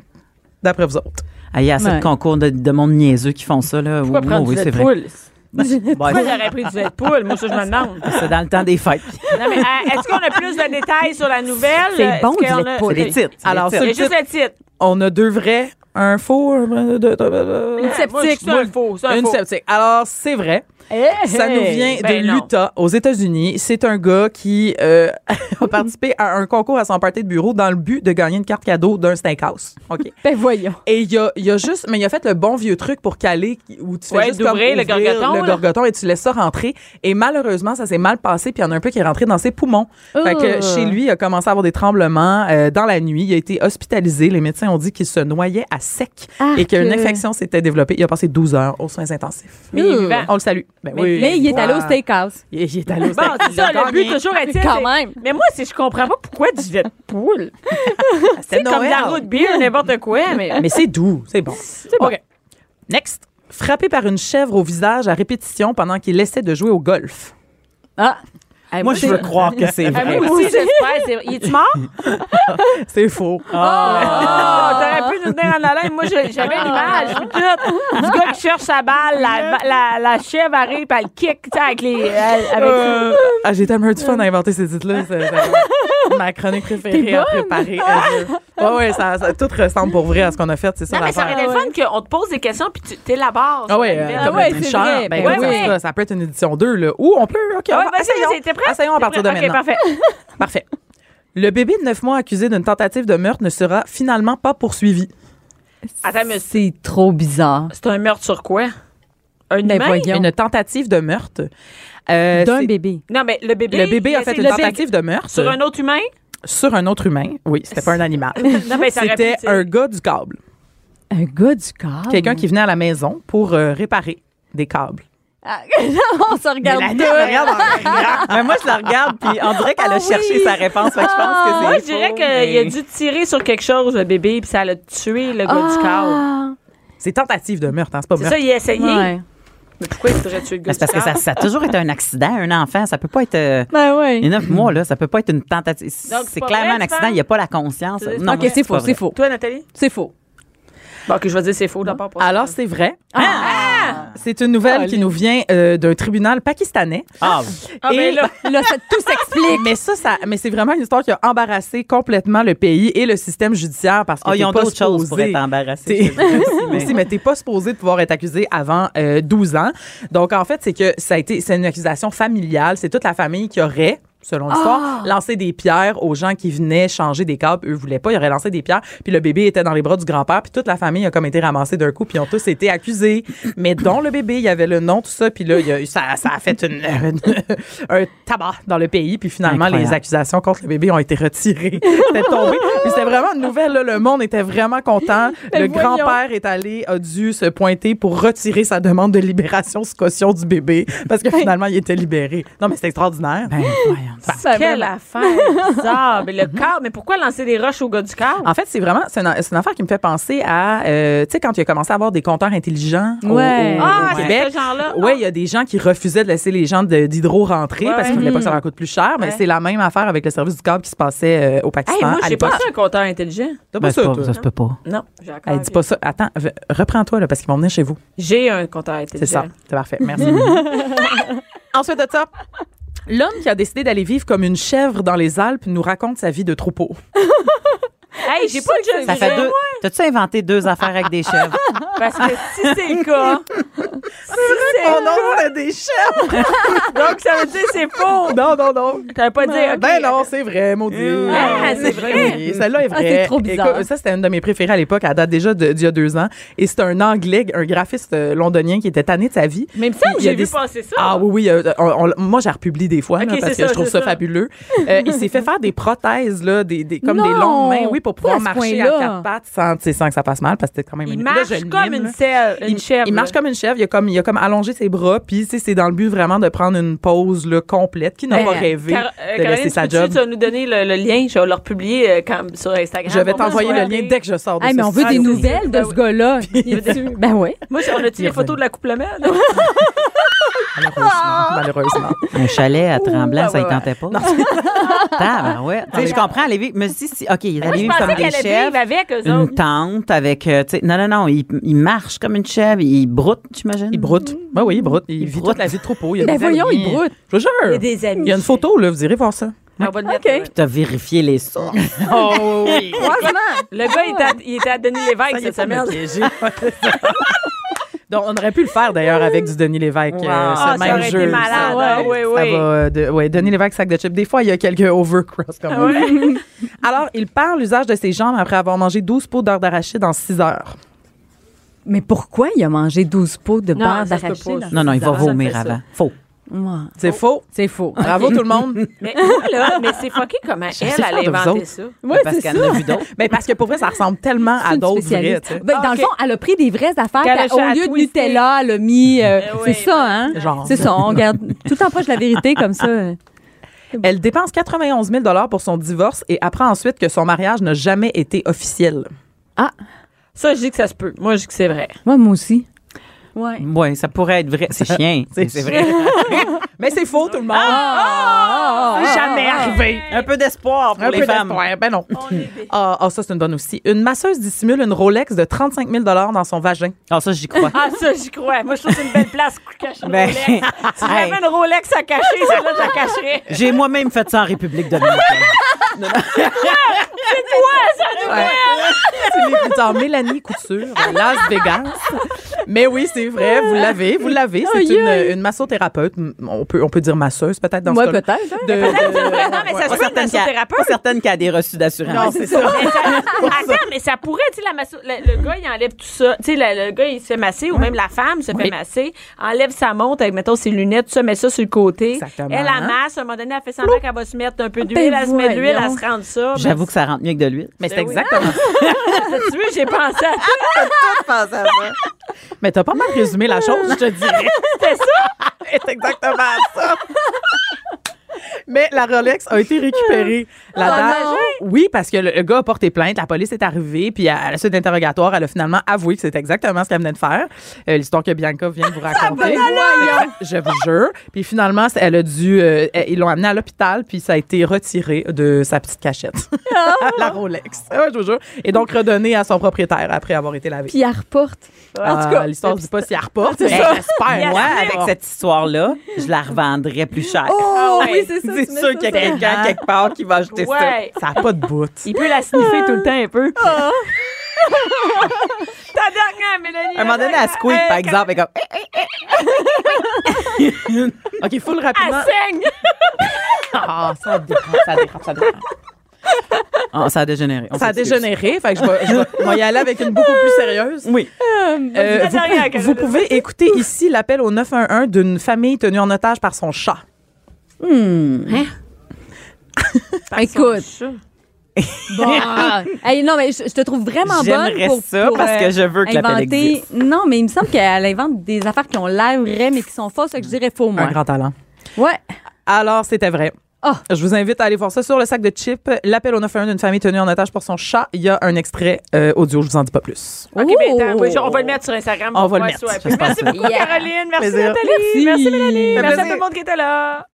d'après vous autres.
Ah, il y a assez de
Ouais.
concours de, de monde niaiseux qui font ça. Là.
Pourquoi
Oui,
prendre
oui,
du lait
c'est
de
vrai.
poule?
Bon,
Pourquoi j'aurais pris du lait de poule? Moi, ça, je me demande.
c'est dans le temps des fêtes.
Non, mais euh, est-ce qu'on a plus de détails sur la nouvelle?
C'est
Est-ce
bon,
qu'on
du lait de
a-
poule.
C'est des titres. c'est
Alors,
des
C'est
titres.
Le
juste le titre.
On a deux vrais, un faux, euh, de- de- de-
Ah, moi, je suis
Moi,
un faux, c'est un
une
faux.
sceptique. Alors, c'est vrai.
Eh,
Ça nous vient
ben
de
non.
l'Utah, aux États-Unis. C'est un gars qui euh, a participé à un concours à son party de bureau dans le but de gagner une carte cadeau d'un steakhouse. OK.
Ben voyons.
Et il y a, il y a juste, mais il a fait le bon vieux truc pour caler où tu fais
Ouais,
juste comme
d'ouvrir le
ouvrir
gorgoton,
le
là.
gorgoton et tu laisses ça rentrer. Et malheureusement, ça s'est mal passé puis il y en a un peu qui est rentré dans ses poumons. Fait que
Oh.
chez lui, il a commencé à avoir des tremblements euh, dans la nuit. Il a été hospitalisé. Les médecins ont dit qu'il se noyait à sec et
Ah,
Arc.
qu'une infection s'était développée. Il a passé 12 heures aux soins intensifs.
Mais il est vivant.
On le salue. Ben
Mais,
oui.
mais il est allé au
Ah.
steakhouse.
Il il est allé au
Bon,
steak.
c'est ça,
Il a
le but
gagné.
toujours est-il.
Quand
c'est-
même.
Ah, Mais moi, si je comprends pas pourquoi du lait de poule.
C'était
C'est comme de la
Noël.
route bière, n'importe quoi. Mais
Mais c'est doux, c'est bon.
bon.
OK. Next. Frappé par une chèvre au visage à répétition pendant qu'il essaie de jouer au golf.
Ah. Eh,
Moi, je veux croire que c'est
Ah,
vrai.
moi aussi, j'espère. c'est- Il est mort?
C'est faux.
Ah, t'aurais pu nous tenir en haleine. Moi, j'ai- j'avais l'image. puis tout. Du gars qui cherche sa balle, la, la, la chèvre arrive, puis elle kick, tu sais, avec les. elle- avec
Euh, ah, j'ai tellement eu du fun à inventer ces titres-là. C'est c'est ma chronique préférée à préparer. Euh, je- Ouais, ouais, ça, ça- tout ressemble pour vrai à ce qu'on a fait. C'est ça
Non, mais ça
l'affaire.
aurait été fun qu'on te pose des questions, puis tu t'élabores.
Ah ouais,
sur la
euh,
nouvelle.
comme
ouais,
le
c'est
tricheur.
vrai.
Ben,
Ouais,
oui,
ouais.
c'est ça, ça peut être une édition 2, là. Ou on peut, OK, on
Ah ouais,
va-
vas-y,
essayons.
vas-y, t'es prêt?
Essayons à
T'es
partir de
prêt? OK,
maintenant.
parfait.
Parfait. Le bébé de 9 mois accusé d'une tentative de meurtre ne sera finalement pas poursuivi.
Attends, mais c'est-
C'est trop bizarre.
c'est un meurtre sur quoi? Un
Ben
humain?
voyons.
Une tentative de meurtre. Euh,
D'un
c'est-
bébé.
Non, mais le bébé.
Le bébé a fait
c'est
une
le bébé
tentative de meurtre
Sur un autre humain?
sur un autre humain. Oui, c'était pas un animal.
Non, mais ça aurait pu,
C'était
tu sais.
un gars du câble.
Un gars du corps.
Quelqu'un qui venait à la maison pour euh, réparer des câbles.
Ah, on se regarde
Mélanie,
tous.
elle me regarde en riant.
Mais moi, je la regarde, puis on dirait qu'elle a
Ah
cherché
oui.
sa réponse. Fait que je pense que c'est.
Moi, je
faux,
dirais qu'il
mais-
a dû tirer sur quelque chose, le bébé, puis ça l'a tué, le gars du corps.
Ah.
C'est tentative de meurtre, hein, c'est pas
C'est
meurtre.
ça, il a essayé.
Ouais.
Mais pourquoi il voudrait tuer le gars
Mais C'est parce
du
que ça,
corps?
ça a toujours été un accident, un enfant. Ça peut pas être. euh,
Ben oui.
Il y a neuf mois, là, ça peut pas être une tentative.
Donc, c'est
C'est
pas
clairement
vrai,
un
tu
accident,
penses?
il n'y a pas la conscience.
C'est-
Non,
Ok,
OK, c'est faux,
pas
c'est
vrai.
faux.
Toi, Nathalie?
C'est faux.
Bon, que je vais dire c'est faux d'abord. pour ça.
Alors, c'est vrai.
Ah!
C'est une nouvelle qui nous vient euh, d'un tribunal pakistanais.
Ah,
Ah, ben
Et-
là,
Là, ça, tout s'explique.
Mais ça, ça mais c'est vraiment une histoire qui a embarrassé complètement le pays et le système judiciaire parce que
Ah, ils
t'es
ont
pas
d'autres choses pour
supposé-
être embarrassés.
T'es-
je veux dire aussi, mais-
aussi, mais t'es pas supposé de pouvoir être accusé avant euh, 12 ans. Donc, en fait, c'est que ça a été, c'est une accusation familiale. C'est toute la famille qui aurait selon l'histoire, lancé des pierres aux gens qui venaient changer des câbles. Eux voulaient pas, ils auraient lancé des pierres. Puis le bébé était dans les bras du grand-père. Puis toute la famille a comme été ramassée d'un coup. Puis ils ont tous été accusés. Mais dont le bébé, il y avait le nom, tout ça. Puis là, il y a eu- ça, ça a fait une, une- un tabac dans le pays. Puis finalement, les
Incroyable.
accusations contre le bébé ont été retirées. C'était tombé. Puis c'était vraiment une nouvelle. là. Le monde était vraiment content.
Mais
Le
voyons.
grand-père est allé, a dû se pointer pour retirer sa demande de libération sous caution du bébé parce que finalement, il était libéré. Non, mais c'est extraordinaire.
Ben, voyons.
Ça,
quelle
vraiment.
affaire bizarre. Mais le corps, mais pourquoi lancer des roches au gars du corps?
Mhm. En fait, c'est vraiment, c'est une, c'est une affaire qui me fait penser à, euh, tu sais, quand il a commencé à avoir des compteurs intelligents au-
Ouais.
au, au
Ah, c'est
Québec.
ce genre-là.
Oui, il y a des gens qui refusaient de laisser les gens de- d'hydro rentrer
Ouais,
parce qu'ils
ouais. Mm.
voulaient pas que ça leur coûte plus cher. Mais
Ouais.
c'est la même affaire avec le service du câble qui se passait euh, au Pakistan.
Hey, moi,
à
j'ai pas
l'époque.
ça un compteur intelligent.
T'as pas
Ben,
ça,
c'est pas-
toi?
ça se peut pas.
Non, j'ai encore.
Hey, dis pas ça. Attends, v- reprends-toi là, parce qu'ils vont venir chez vous.
J'ai un compteur
C'est
intelligent.
ça. C'est parfait. Merci. Ensuite de ça, l'homme qui a décidé d'aller vivre comme une chèvre dans les Alpes nous raconte sa vie de troupeau.
Hey, j'ai pas déjà vu
Ça fait deux. T'as-tu inventé deux affaires avec des chèvres?
Parce que si c'est le cas,
Oh non, c'est des chèvres!
donc ça veut dire que c'est faux.
Non, non, non.
T'as pas dit. ok.
Ben non, c'est vrai, maudit.
Ah, c'est vrai.
Oui, Celle-là est
Ah, c'est
vraie.
trop bizarre.
Écoute, ça, c'était une de mes préférées à l'époque. Elle date déjà de- d'il y a deux ans. Et c'est un Anglais, un graphiste euh, londonien qui était tanné de sa vie.
Mais
Puis
ça,
il a
j'ai vu
déc-
passer ça.
Ah oui, oui. euh, on- on- moi, je la republie des fois là,
Ok,
parce
c'est ça,
que je trouve
c'est
ça,
ça.
fabuleux. Euh, il s'est fait faire des prothèses, là, des, des- comme des
Non!
longues mains, oui, pour
Pas
pouvoir
à ce
marcher à
point-là.
quatre pattes sans, tu sais, sans que ça fasse mal parce que c'était quand même
Il
une- là,
marche
je le
comme
mime,
une
là.
selle, une
il,
chèvre.
il marche comme une chèvre. Il a comme, il a comme allongé ses bras. Puis, tu sais, c'est dans le but vraiment de prendre une pause là, complète qui n'a
Ben,
pas rêvé
Car- euh,
de
Caroline,
laisser sa
peux-tu-
job.
Tu vas nous donner le, le lien, je vais le republier euh, quand- sur Instagram.
Je vais
On va
t'envoyer
se
le
regarder.
lien dès que je sors de
Hey,
ce
mais on veut
studio.
des nouvelles de
Ben
ce
oui.
gars-là. Il est dessus. ben oui.
Moi, on a-tu les photos de l'accouplement? là?
Malheureusement. malheureusement.
Un chalet à Tremblant, ça y
ben ouais,
tentait pas. Ah, ouais. Tu sais, je comprends, les vies. Mais si, si, OK, il est allé
Je
vivre
pensais
comme des
qu'elle allait
chèvres.
vivre avec eux
Une
autres.
tente avec. euh, tu sais, non, non, non, il, il marche comme une chèvre, il broute, tu imagines?
Il broute. Ben oui, il broute. Il, vit
broute.
toute la vie de troupeau. Il a
Ben
des
voyons,
amis.
il broute.
Je vous jure.
Et des amis.
Il y a une photo, là, vous irez voir ça.
On va le mettre, ouais.
T'as vérifié les sources.
Oh oui.
Le gars, il était à- il était à Denis Lévesque
Ça, il
cette
faut me
semaine.
piéger. Donc, on aurait pu le faire d'ailleurs avec du Denis Lévesque, euh,
Ah,
ce
ça
même
aurait été
jeu.
malade,
Ça,
ah, oui,
ça
oui.
va, euh, de- ouais, Denis Lévesque, sac de chips. Des fois, il y a quelques overcross comme
Ah
on dit. Alors, il perd l'usage de ses jambes après avoir mangé 12 pots d'heures d'arachide en 6 heures.
Mais pourquoi il a mangé 12 pots de
Non,
beurre
ça se peut pas,
d'arachide?
ça.
Non, non, il va
Ça, ça
vomir
fait ça.
avant. Faux.
Ouais.
C'est faux.
C'est faux.
Bravo tout le monde.
Mais moi, là, mais c'est fucké comment elle, elle
pas
a
de vous
inventé
autres.
ça.
Oui,
parce qu'elle en a vu d'autres.
Ben, parce que pour vrai, ça ressemble tellement à
une
d'autres vrais.
spécialiste.
tu sais.
Ben, dans
Ah, ok.
le fond, elle a pris des vraies affaires
Qu'elle a
qu'elle- au
juste à
lieu de
twister.
Nutella, elle a mis. euh,
Eh
c'est
ouais.
ça, hein?
Genre.
C'est ça, on garde tout en proche de la vérité comme ça.
Elle dépense 91 000 pour son divorce et apprend ensuite que son mariage n'a jamais été officiel.
Ça, je dis que ça se peut. Moi, je dis que c'est vrai.
Moi, moi aussi. Ouais.
Oui, ça pourrait être vrai. C'est chien.
C'est- c'est vrai. Mais c'est faux, tout le monde.
Jamais arrivé.
Un peu d'espoir pour
Ah! Un
les
peu
femmes.
d'espoir. Ben non. Ah, ah, ça, c'est une bonne aussi. Une masseuse dissimule une Rolex de 35 000 dans son vagin.
Ah, ça, j'y crois.
Ah, ça, j'y crois. Moi, je trouve que c'est une belle place pour cacher une
Ben,
Rolex. Si j'avais une Rolex à cacher, celle-là, je la cacherais.
J'ai moi-même fait ça en République dominicaine.
C'est les putain, Mélanie Couture, à Las Vegas. Mais oui, c'est vrai, vous l'avez, vous l'avez. C'est
Aïe,
une, une massothérapeute. On peut, on peut dire masseuse, peut-être, dans
Moi,
ce cas-là.
peut-être. hein.
De- de-
Non, mais ça se
Pas
peut être
certaine qu'elle- pas
massothérapeute.
certaine qu'elle a des reçus
Non,
d'assurance.
c'est ça.
Mais ça- Attends, mais ça pourrait, tu sais, la masso- le, le gars, il enlève tout ça. Tu sais, le, le gars, il se fait masser, ou même la femme se fait masser, enlève sa montre avec, mettons, ses lunettes, tout ça, met ça sur le côté.
Exactement.
Elle la masse, à un moment donné, elle fait semblant qu'elle va se mettre un peu d'huile, elle se met de l'huile,
voyons.
elle se rend ça.
J'avoue que ça rentre mieux que de l'huile.
Mais c'est
Ben oui.
exactement ça.
Ben, tu vois, j'ai pensé à
Je pense à ça.
Mais t'as pas mal résumé la chose, je te dirais.
C'était
C'est ça! C'est exactement ça! Mais la Rolex a été récupérée. La
Ah,
dame-
non.
oui, parce que le, le gars a porté plainte, la police est arrivée, puis à, à la suite d'interrogatoire, elle a finalement avoué que c'est exactement ce qu'elle venait de faire. Euh, L'histoire que Bianca vient de vous raconter. Je vous jure. Puis finalement, c'est- elle a dû, euh, euh, ils l'ont amenée à l'hôpital, puis ça a été retiré de sa petite cachette, la Rolex. Ouais, je vous jure. Et donc redonnée à son propriétaire après avoir été lavée.
Puis elle reporte. En tout
Euh,
cas,
l'histoire ne dit pas si elle repart.
Ben, J'espère,
Yes,
moi,
elle
avec
repart.
cette histoire-là, je la revendrais plus cher.
Ah, Oh, oui, c'est ça. tu
C'est
mets
sûr
ça
qu'il y a
sur-
quelqu'un quelque part qui va acheter ça.
Ouais.
Ça n'a pas de bout.
Il peut la sniffer tout le temps un peu. Ta dernière, Mélanie.
À un moment donné, à squeak, par
Euh,
exemple, elle est comme Eh,
eh, OK, full rapidement.
saigne.
Ah, ça dérape, ça dérape, ça dérape.
Ah, ça a dégénéré. On
Ça a
s'excuse.
dégénéré, fait que je vais, je vais- on va y aller avec une beaucoup plus sérieuse.
Oui.
Euh,
la
vous,
dernière,
vous
Canada.
pouvez écouter ici l'appel au 911 d'une famille tenue en otage par son chat.
Écoute. Bon. euh, Hey, non, mais je, je te trouve vraiment bonne
J'aimerais
pour,
ça
pour,
parce que
euh,
je veux que l'appel
inventer-
existe.
Non, mais il me semble qu'elle invente des affaires qui ont l'air vraies, mais qui sont fausses, fait que je dirais faux, moi.
Un grand talent.
Ouais.
Alors, c'était vrai.
Ah.
Je vous invite à aller voir ça sur le sac de chips. L'appel au 911 d'une famille tenue en otage par son chat. Il y a un extrait euh, audio, je vous en dis pas plus.
OK,
Oh.
ben, attends, oui, je- on va le mettre sur Instagram.
On
pour
va le
voir
mettre,
ça.
je pense.
Merci beaucoup,
Yeah.
Caroline. Merci,
Plaisir.
Nathalie. Merci, Mélanie. Merci à
plaisir.
tout le monde qui était là.